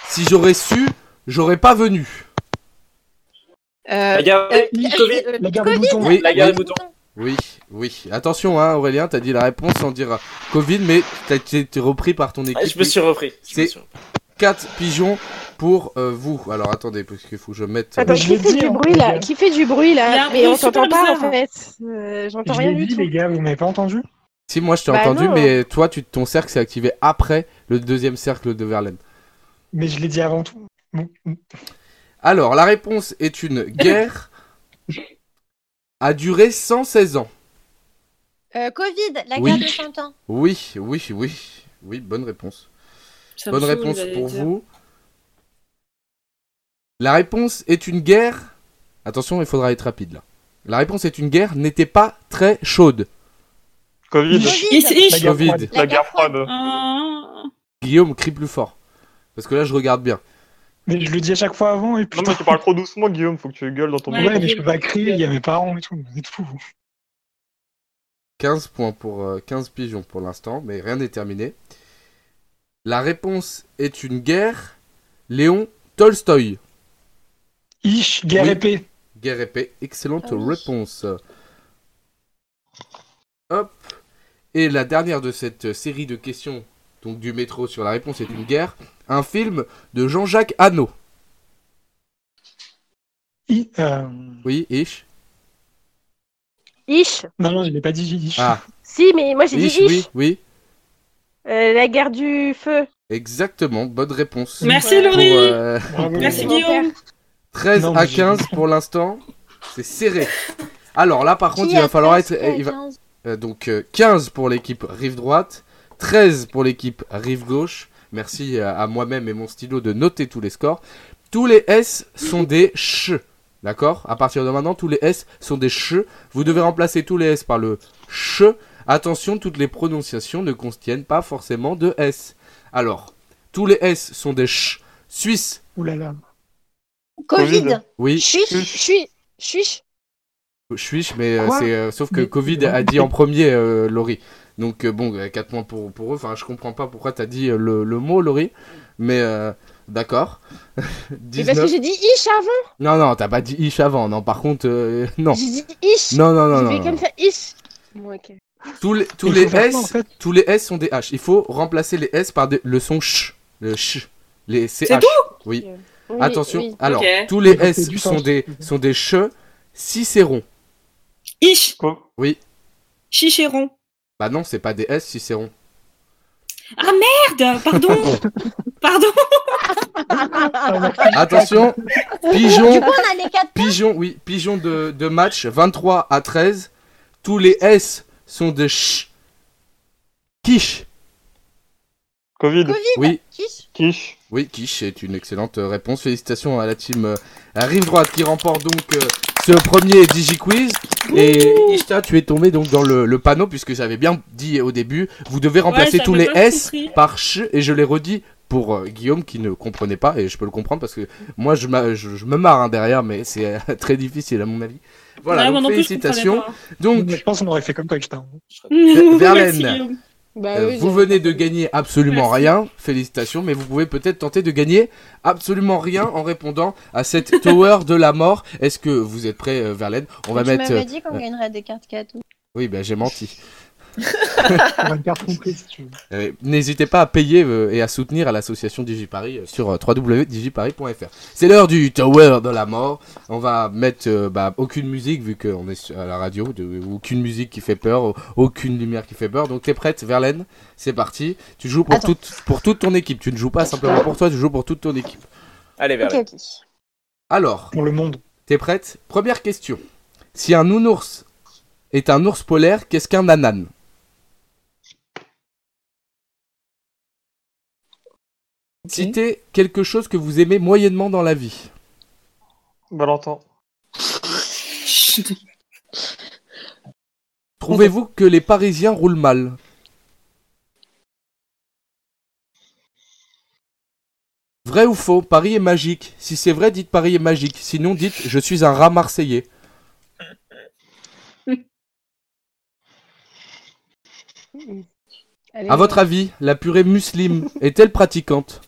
Speaker 1: Si j'aurais su, j'aurais pas venu.
Speaker 3: Euh,
Speaker 7: La guerre-
Speaker 3: euh,
Speaker 7: Covid.
Speaker 6: La garde des boutons.
Speaker 1: Oui,
Speaker 7: La guerre des
Speaker 1: oui,
Speaker 7: boutons.
Speaker 1: oui, oui. Attention, hein, Aurélien, t'as dit la réponse sans dire Covid, mais t'as été repris par ton équipe.
Speaker 7: Ah, Je me suis repris. je me
Speaker 1: C'est-
Speaker 7: suis repris.
Speaker 1: 4 pigeons pour euh, vous. Alors attendez, parce qu'il faut que je mette. euh,
Speaker 2: Attends,
Speaker 6: je
Speaker 2: qui
Speaker 6: l'ai
Speaker 2: fait
Speaker 6: dit,
Speaker 2: du
Speaker 6: hein,
Speaker 2: bruit
Speaker 6: les
Speaker 2: là
Speaker 6: gars.
Speaker 2: Qui fait du bruit
Speaker 4: Il y a
Speaker 2: là
Speaker 4: un
Speaker 2: Mais
Speaker 4: bruit
Speaker 2: on t'entend
Speaker 4: super
Speaker 2: pas en
Speaker 4: bizarre.
Speaker 2: fait. Euh, J'entends
Speaker 6: Je
Speaker 2: rien
Speaker 6: l'ai
Speaker 2: du
Speaker 6: dit, les
Speaker 2: tout.
Speaker 6: gars, vous m'avez pas entendu
Speaker 1: Si, moi je t'ai
Speaker 2: Bah,
Speaker 1: entendu,
Speaker 2: non.
Speaker 1: mais toi, tu, ton cercle s'est activé après le deuxième cercle de Verlaine.
Speaker 6: Mais je l'ai dit avant tout. Bon.
Speaker 1: Alors, la réponse est une guerre. a duré 116 ans.
Speaker 3: euh, Covid, la
Speaker 1: Oui.
Speaker 3: guerre de 100 ans.
Speaker 1: Oui, oui, oui. Oui, bonne réponse.
Speaker 4: Ça me
Speaker 1: Bonne
Speaker 4: saoule
Speaker 1: réponse
Speaker 4: d'aller
Speaker 1: pour
Speaker 4: dire.
Speaker 1: vous. La réponse est une guerre. Attention, il faudra être rapide là. La réponse est une guerre n'était pas très chaude.
Speaker 5: Covid,
Speaker 3: Covid.
Speaker 4: Ish,
Speaker 6: La
Speaker 4: ish.
Speaker 6: guerre
Speaker 1: Covid.
Speaker 6: froide.
Speaker 5: la guerre froide.
Speaker 4: Ah.
Speaker 1: Guillaume crie plus fort. Parce que là, je regarde bien.
Speaker 6: Mais je le dis à chaque fois avant et puis.
Speaker 5: Non, mais tu parles trop doucement, Guillaume, faut que tu gueules dans ton
Speaker 4: Ouais.
Speaker 5: micro.
Speaker 6: Ouais, mais je peux pas crier, il y a mes parents et tout. Vous êtes fous.
Speaker 1: 15 points pour euh, 15 pigeons pour l'instant, mais rien n'est terminé. La réponse est une guerre. Léon Tolstoï.
Speaker 6: Ish, guerre
Speaker 1: Oui.
Speaker 6: épée.
Speaker 1: Guerre épée. Excellente
Speaker 3: Ah oui.
Speaker 1: réponse. Hop. Et la dernière de cette série de questions, donc du métro sur la réponse est une guerre. Un film de Jean-Jacques Hano.
Speaker 6: I- euh,
Speaker 1: Oui, Ish.
Speaker 2: Ish
Speaker 6: Non, non, je l'ai pas dit, j'ai dit ish.
Speaker 1: Ah,
Speaker 2: Si, mais moi j'ai dit
Speaker 1: Ish,
Speaker 2: Ish.
Speaker 1: oui, oui.
Speaker 2: Euh, la guerre du feu.
Speaker 1: Exactement, bonne réponse.
Speaker 4: Merci,
Speaker 1: Pour,
Speaker 4: Laurie.
Speaker 1: euh,
Speaker 6: Bravo.
Speaker 4: Merci, Guillaume.
Speaker 1: 13
Speaker 6: Non,
Speaker 1: à
Speaker 6: mais j'ai-
Speaker 1: 15 pour l'instant. C'est serré. Alors là, par contre,
Speaker 3: Qui
Speaker 1: il va
Speaker 3: a
Speaker 1: falloir être.
Speaker 3: quinze, qui a
Speaker 1: il va-
Speaker 3: 15?
Speaker 1: Euh, donc euh, 15 pour l'équipe rive droite, 13 pour l'équipe rive gauche. Merci euh, à moi-même et mon stylo de noter tous les scores. Tous les S sont des ch. D'accord À partir de maintenant, tous les S sont des ch. Vous devez remplacer tous les S par le ch. Attention, toutes les prononciations ne contiennent pas forcément de S. Alors, tous les S sont des ch. Suisse.
Speaker 6: Ouh là là.
Speaker 3: Covid.
Speaker 1: Oui,
Speaker 3: Chuiche, chuiche, chuiche.
Speaker 1: Chuiche, mais euh,
Speaker 6: Quoi
Speaker 1: c'est euh, sauf que
Speaker 6: Mais-
Speaker 1: Covid a dit en premier euh, Laurie. Donc euh, bon, 4 points pour, pour eux. Enfin, je comprends pas pourquoi t'as dit euh, le, le mot Laurie, mais euh, d'accord.
Speaker 3: Mais parce que
Speaker 1: 19.
Speaker 3: j'ai dit ish
Speaker 1: Non
Speaker 3: avant.
Speaker 1: non, t'as pas dit ish avant. Non, par contre, euh, non.
Speaker 3: J'ai dit ish.
Speaker 1: Non non non
Speaker 3: J'ai
Speaker 1: non.
Speaker 3: fait
Speaker 1: non.
Speaker 3: comme ça, ish. Bon, ok.
Speaker 1: Tous les tous
Speaker 6: Il
Speaker 1: les
Speaker 6: faut faire
Speaker 1: S
Speaker 6: quoi, en fait
Speaker 1: tous les S sont des H. Il faut remplacer les S par des- le son ch le ch les CH.
Speaker 4: tout
Speaker 1: Oui.
Speaker 3: Oui,
Speaker 1: Attention.
Speaker 3: oui.
Speaker 1: Alors
Speaker 4: Ok.
Speaker 1: tous les
Speaker 6: Ça fait
Speaker 1: S
Speaker 6: du
Speaker 1: sont
Speaker 6: sens.
Speaker 1: des sont des ch. Cicéron.
Speaker 4: Ish.
Speaker 5: Co-
Speaker 1: Oui.
Speaker 4: Chichéron.
Speaker 1: Bah non, c'est pas des S Cicéron.
Speaker 4: Ah merde Pardon Pardon
Speaker 1: Attention,
Speaker 3: Du
Speaker 1: pigeon,
Speaker 3: coup, on a les quatre.
Speaker 1: pigeon, oui, pigeon de, de match, 23 à 13. Tous les S sont de ch. Quiche.
Speaker 5: Covid,
Speaker 3: Covid.
Speaker 1: Oui,
Speaker 3: Quiche.
Speaker 5: quiche.
Speaker 1: oui, quiche est une excellente euh, réponse. Félicitations à la team euh, à Rive Droite qui remporte donc euh, ce premier DigiQuiz. Et Ishta, tu es tombé donc dans le, le panneau puisque j'avais bien dit au début, vous devez remplacer
Speaker 4: j'avais
Speaker 1: tous les
Speaker 4: pas
Speaker 1: S
Speaker 4: compris.
Speaker 1: par ch et je les redis pour euh, Guillaume qui ne comprenait pas et je peux le comprendre parce que moi je, m'a- je, je me marre hein, derrière mais c'est euh, très difficile à mon avis. Voilà,
Speaker 4: Ouais, moi
Speaker 1: donc
Speaker 4: non plus, je
Speaker 1: félicitations.
Speaker 4: comprenais
Speaker 1: Donc
Speaker 6: Mais je pense qu'on aurait fait comme toi, hein. putain.
Speaker 4: pas.
Speaker 1: Verlaine.
Speaker 4: Merci, Guillaume.
Speaker 2: Bah,
Speaker 1: euh,
Speaker 2: oui,
Speaker 1: vous
Speaker 2: j'ai-
Speaker 1: venez de gagner absolument
Speaker 4: Merci.
Speaker 1: rien, félicitations, mais vous pouvez peut-être tenter de gagner absolument rien en répondant à cette tower de la mort. Est-ce que vous êtes prêts, euh, Verlaine On va
Speaker 3: tu
Speaker 1: mettre...
Speaker 3: m'avais dit qu'on
Speaker 1: euh,
Speaker 3: gagnerait des cartes cadeaux.
Speaker 1: Oui, ben j'ai menti.
Speaker 6: On va le perdre compris si tu veux.
Speaker 1: Euh, N'hésitez pas à payer euh, et à soutenir à l'association DigiParis euh, sur euh, www.digiparis.fr. C'est l'heure du Tower de la mort. On va mettre euh, bah, aucune musique vu qu'on est sur- à la radio, de- aucune musique qui fait peur, au- aucune lumière qui fait peur. Donc t'es prête, Verlaine C'est parti. Tu joues pour
Speaker 3: Attends.
Speaker 1: toute pour toute ton équipe. Tu ne joues pas simplement pour toi, tu joues pour toute ton équipe.
Speaker 7: Allez, vers
Speaker 3: Ok, ok.
Speaker 1: Alors,
Speaker 6: Pour le monde.
Speaker 1: t'es prête Première question. Si un nounours est un ours polaire, qu'est-ce qu'un nanan Citez quelque chose que vous aimez moyennement dans la vie.
Speaker 5: Valentin.
Speaker 4: Chut.
Speaker 1: Trouvez-vous que les Parisiens roulent mal Vrai ou faux Paris est magique. Si c'est vrai, dites Paris est magique. Sinon, dites je suis un rat marseillais.
Speaker 2: Allez,
Speaker 1: À votre avis, la purée muslime est-elle pratiquante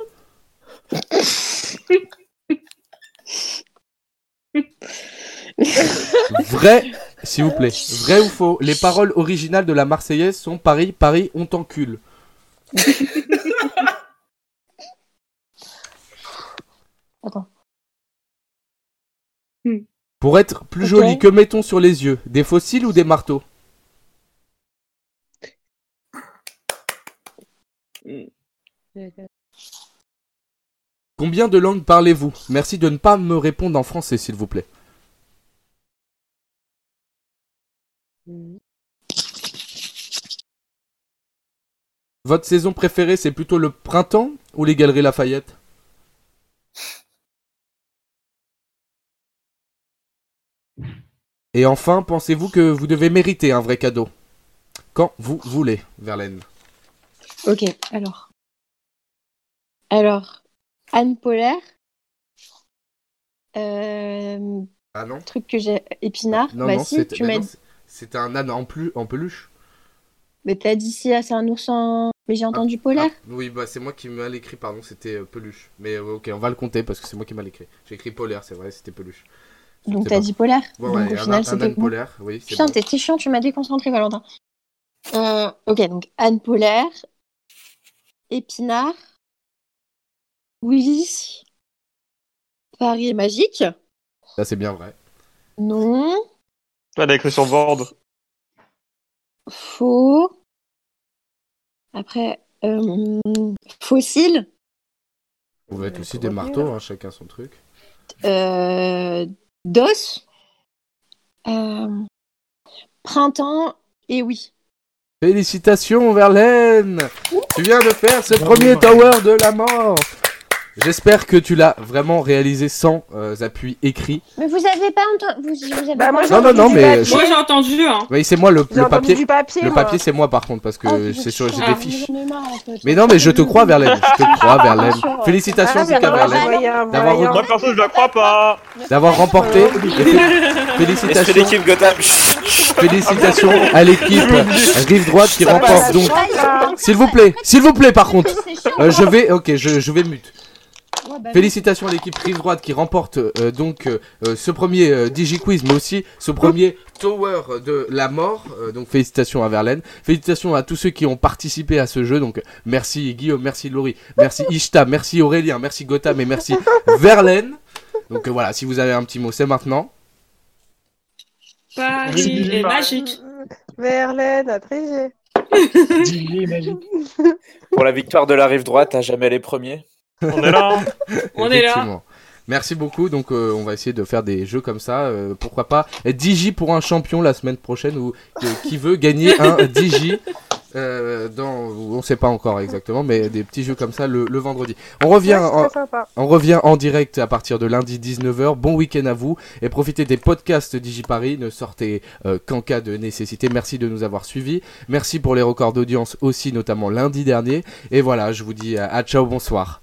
Speaker 1: Vrai, s'il vous plaît. Vrai ou faux Les paroles originales de la Marseillaise sont Paris, Paris, on t'encule.
Speaker 3: Attends.
Speaker 4: Hmm.
Speaker 1: Pour être plus
Speaker 3: Ok.
Speaker 1: joli, que mettons sur les yeux Des fossiles ou des marteaux Combien de langues parlez-vous Merci de ne pas me répondre en français, s'il vous plaît. Votre saison préférée, c'est plutôt le printemps ou les galeries Lafayette Et enfin, pensez-vous que vous devez mériter un vrai cadeau Quand vous voulez, Verlaine.
Speaker 3: Ok, alors. Alors, Anne Polaire. Euh,
Speaker 1: Ah non
Speaker 3: truc que j'ai. Épinard. bah si,
Speaker 1: c'était-
Speaker 3: tu
Speaker 1: mais
Speaker 3: m'as
Speaker 1: non,
Speaker 3: dit.
Speaker 1: c'est- C'était un âne en, plus, en peluche.
Speaker 3: Mais t'as dit si, ah, c'est un ours en. Mais j'ai entendu polaire.
Speaker 1: Ah, oui, bah c'est moi qui mal écrit, pardon, c'était euh, peluche. Mais euh, ok, on va le compter parce que c'est moi qui mal écrit. J'ai écrit polaire, c'est vrai, c'était peluche. Je
Speaker 3: donc
Speaker 1: sais
Speaker 3: t'as
Speaker 1: ah, pas.
Speaker 3: dit polaire.
Speaker 1: Bon,
Speaker 3: donc
Speaker 1: ouais,
Speaker 3: au
Speaker 1: un-
Speaker 3: final,
Speaker 1: un
Speaker 3: c'était.
Speaker 1: âne
Speaker 3: bon.
Speaker 1: polaire, oui. c'est
Speaker 3: Putain,
Speaker 1: bon.
Speaker 3: t'étais chiant, tu m'as déconcentré, Valentin. Euh, ok, donc Anne Polaire, Épinard, Willy, Paris est magique.
Speaker 1: Ça, c'est bien vrai.
Speaker 3: Non,
Speaker 5: Elle a écrit sur board.
Speaker 3: faux. Après, euh, fossile,
Speaker 1: Vous êtes aussi des marteaux, hein, chacun son truc.
Speaker 3: euh, DOS, euh, printemps, et oui.
Speaker 1: Félicitations, Verlaine Tu viens de faire ce
Speaker 6: Bravo,
Speaker 1: premier
Speaker 6: Verlaine.
Speaker 1: Tower de la mort J'espère que tu l'as vraiment réalisé sans euh, appui écrit.
Speaker 3: Mais vous avez pas entendu. Vous, vous avez
Speaker 2: Bah, moi,
Speaker 3: pas
Speaker 2: j'ai
Speaker 1: Non, non,
Speaker 2: entendu
Speaker 1: non,
Speaker 2: du
Speaker 1: mais
Speaker 2: papier.
Speaker 1: je-
Speaker 4: Moi j'ai entendu, hein.
Speaker 1: Oui, c'est moi le,
Speaker 2: J'ai
Speaker 1: le
Speaker 2: entendu
Speaker 1: papier.
Speaker 2: du papier. hein.
Speaker 1: Le
Speaker 2: moi. Oh,
Speaker 1: papier, c'est moi par contre, parce que Euh, c'est sûr, j'ai
Speaker 3: Ah,
Speaker 1: des fiches.
Speaker 3: j'en ai marre, en fait.
Speaker 1: Mais non, mais je te crois, Verlaine. Je te crois, Verlaine.
Speaker 3: sûr, ouais.
Speaker 1: Félicitations,
Speaker 2: Ah,
Speaker 1: en tout cas,
Speaker 2: voilà,
Speaker 1: Verlaine,
Speaker 2: voyons,
Speaker 1: D'avoir
Speaker 2: voyons.
Speaker 5: Moi perso, je la crois pas.
Speaker 1: d'avoir remporté.
Speaker 2: Euh,
Speaker 1: Et fé-
Speaker 7: Esprit
Speaker 1: Félicitations,
Speaker 7: d'équipe Gotham. Chut, chut.
Speaker 1: félicitations à l'équipe Rive Droite qui
Speaker 7: Ça
Speaker 2: Ah, bah,
Speaker 1: remporte
Speaker 2: la
Speaker 1: donc.
Speaker 2: chance, là.
Speaker 1: S'il vous plaît, s'il vous plaît, par contre.
Speaker 3: C'est chiant.
Speaker 1: Euh, je vais, ok, je, je vais mute.
Speaker 3: Ouais, bah,
Speaker 1: Félicitations à l'équipe Rive Droite qui remporte euh, donc euh, euh, ce premier euh, DigiQuiz, mais aussi ce premier Tower de la mort. Euh, donc félicitations à Verlaine. Félicitations à tous ceux qui ont participé à ce jeu. Donc merci Guillaume, merci Laurie, merci Ishta, merci Aurélien, merci Gotham et merci Verlaine. Donc euh, voilà, si vous avez un petit mot, c'est maintenant.
Speaker 4: Paris est magique.
Speaker 2: Verlaine a triché.
Speaker 6: Divinité magique.
Speaker 7: Pour la victoire de la rive droite, à jamais les premiers.
Speaker 5: On est là. hein.
Speaker 4: On est là.
Speaker 1: Effectivement. Merci beaucoup. Donc, euh, on va essayer de faire des jeux comme ça. euh, pourquoi pas DJ pour un champion la semaine prochaine ou euh, qui veut gagner un DJ euh, dans, on sait pas encore exactement, mais des petits jeux comme ça le, le vendredi. On revient,
Speaker 9: Ouais, c'est
Speaker 1: en,
Speaker 9: très sympa.
Speaker 1: on revient en direct à partir de lundi 19h. Bon week-end à vous et profitez des podcasts Digi Paris. Ne sortez euh, qu'en cas de nécessité. Merci de nous avoir suivis. Merci pour les records d'audience aussi, notamment lundi dernier. Et voilà, je vous dis à, à ciao, bonsoir.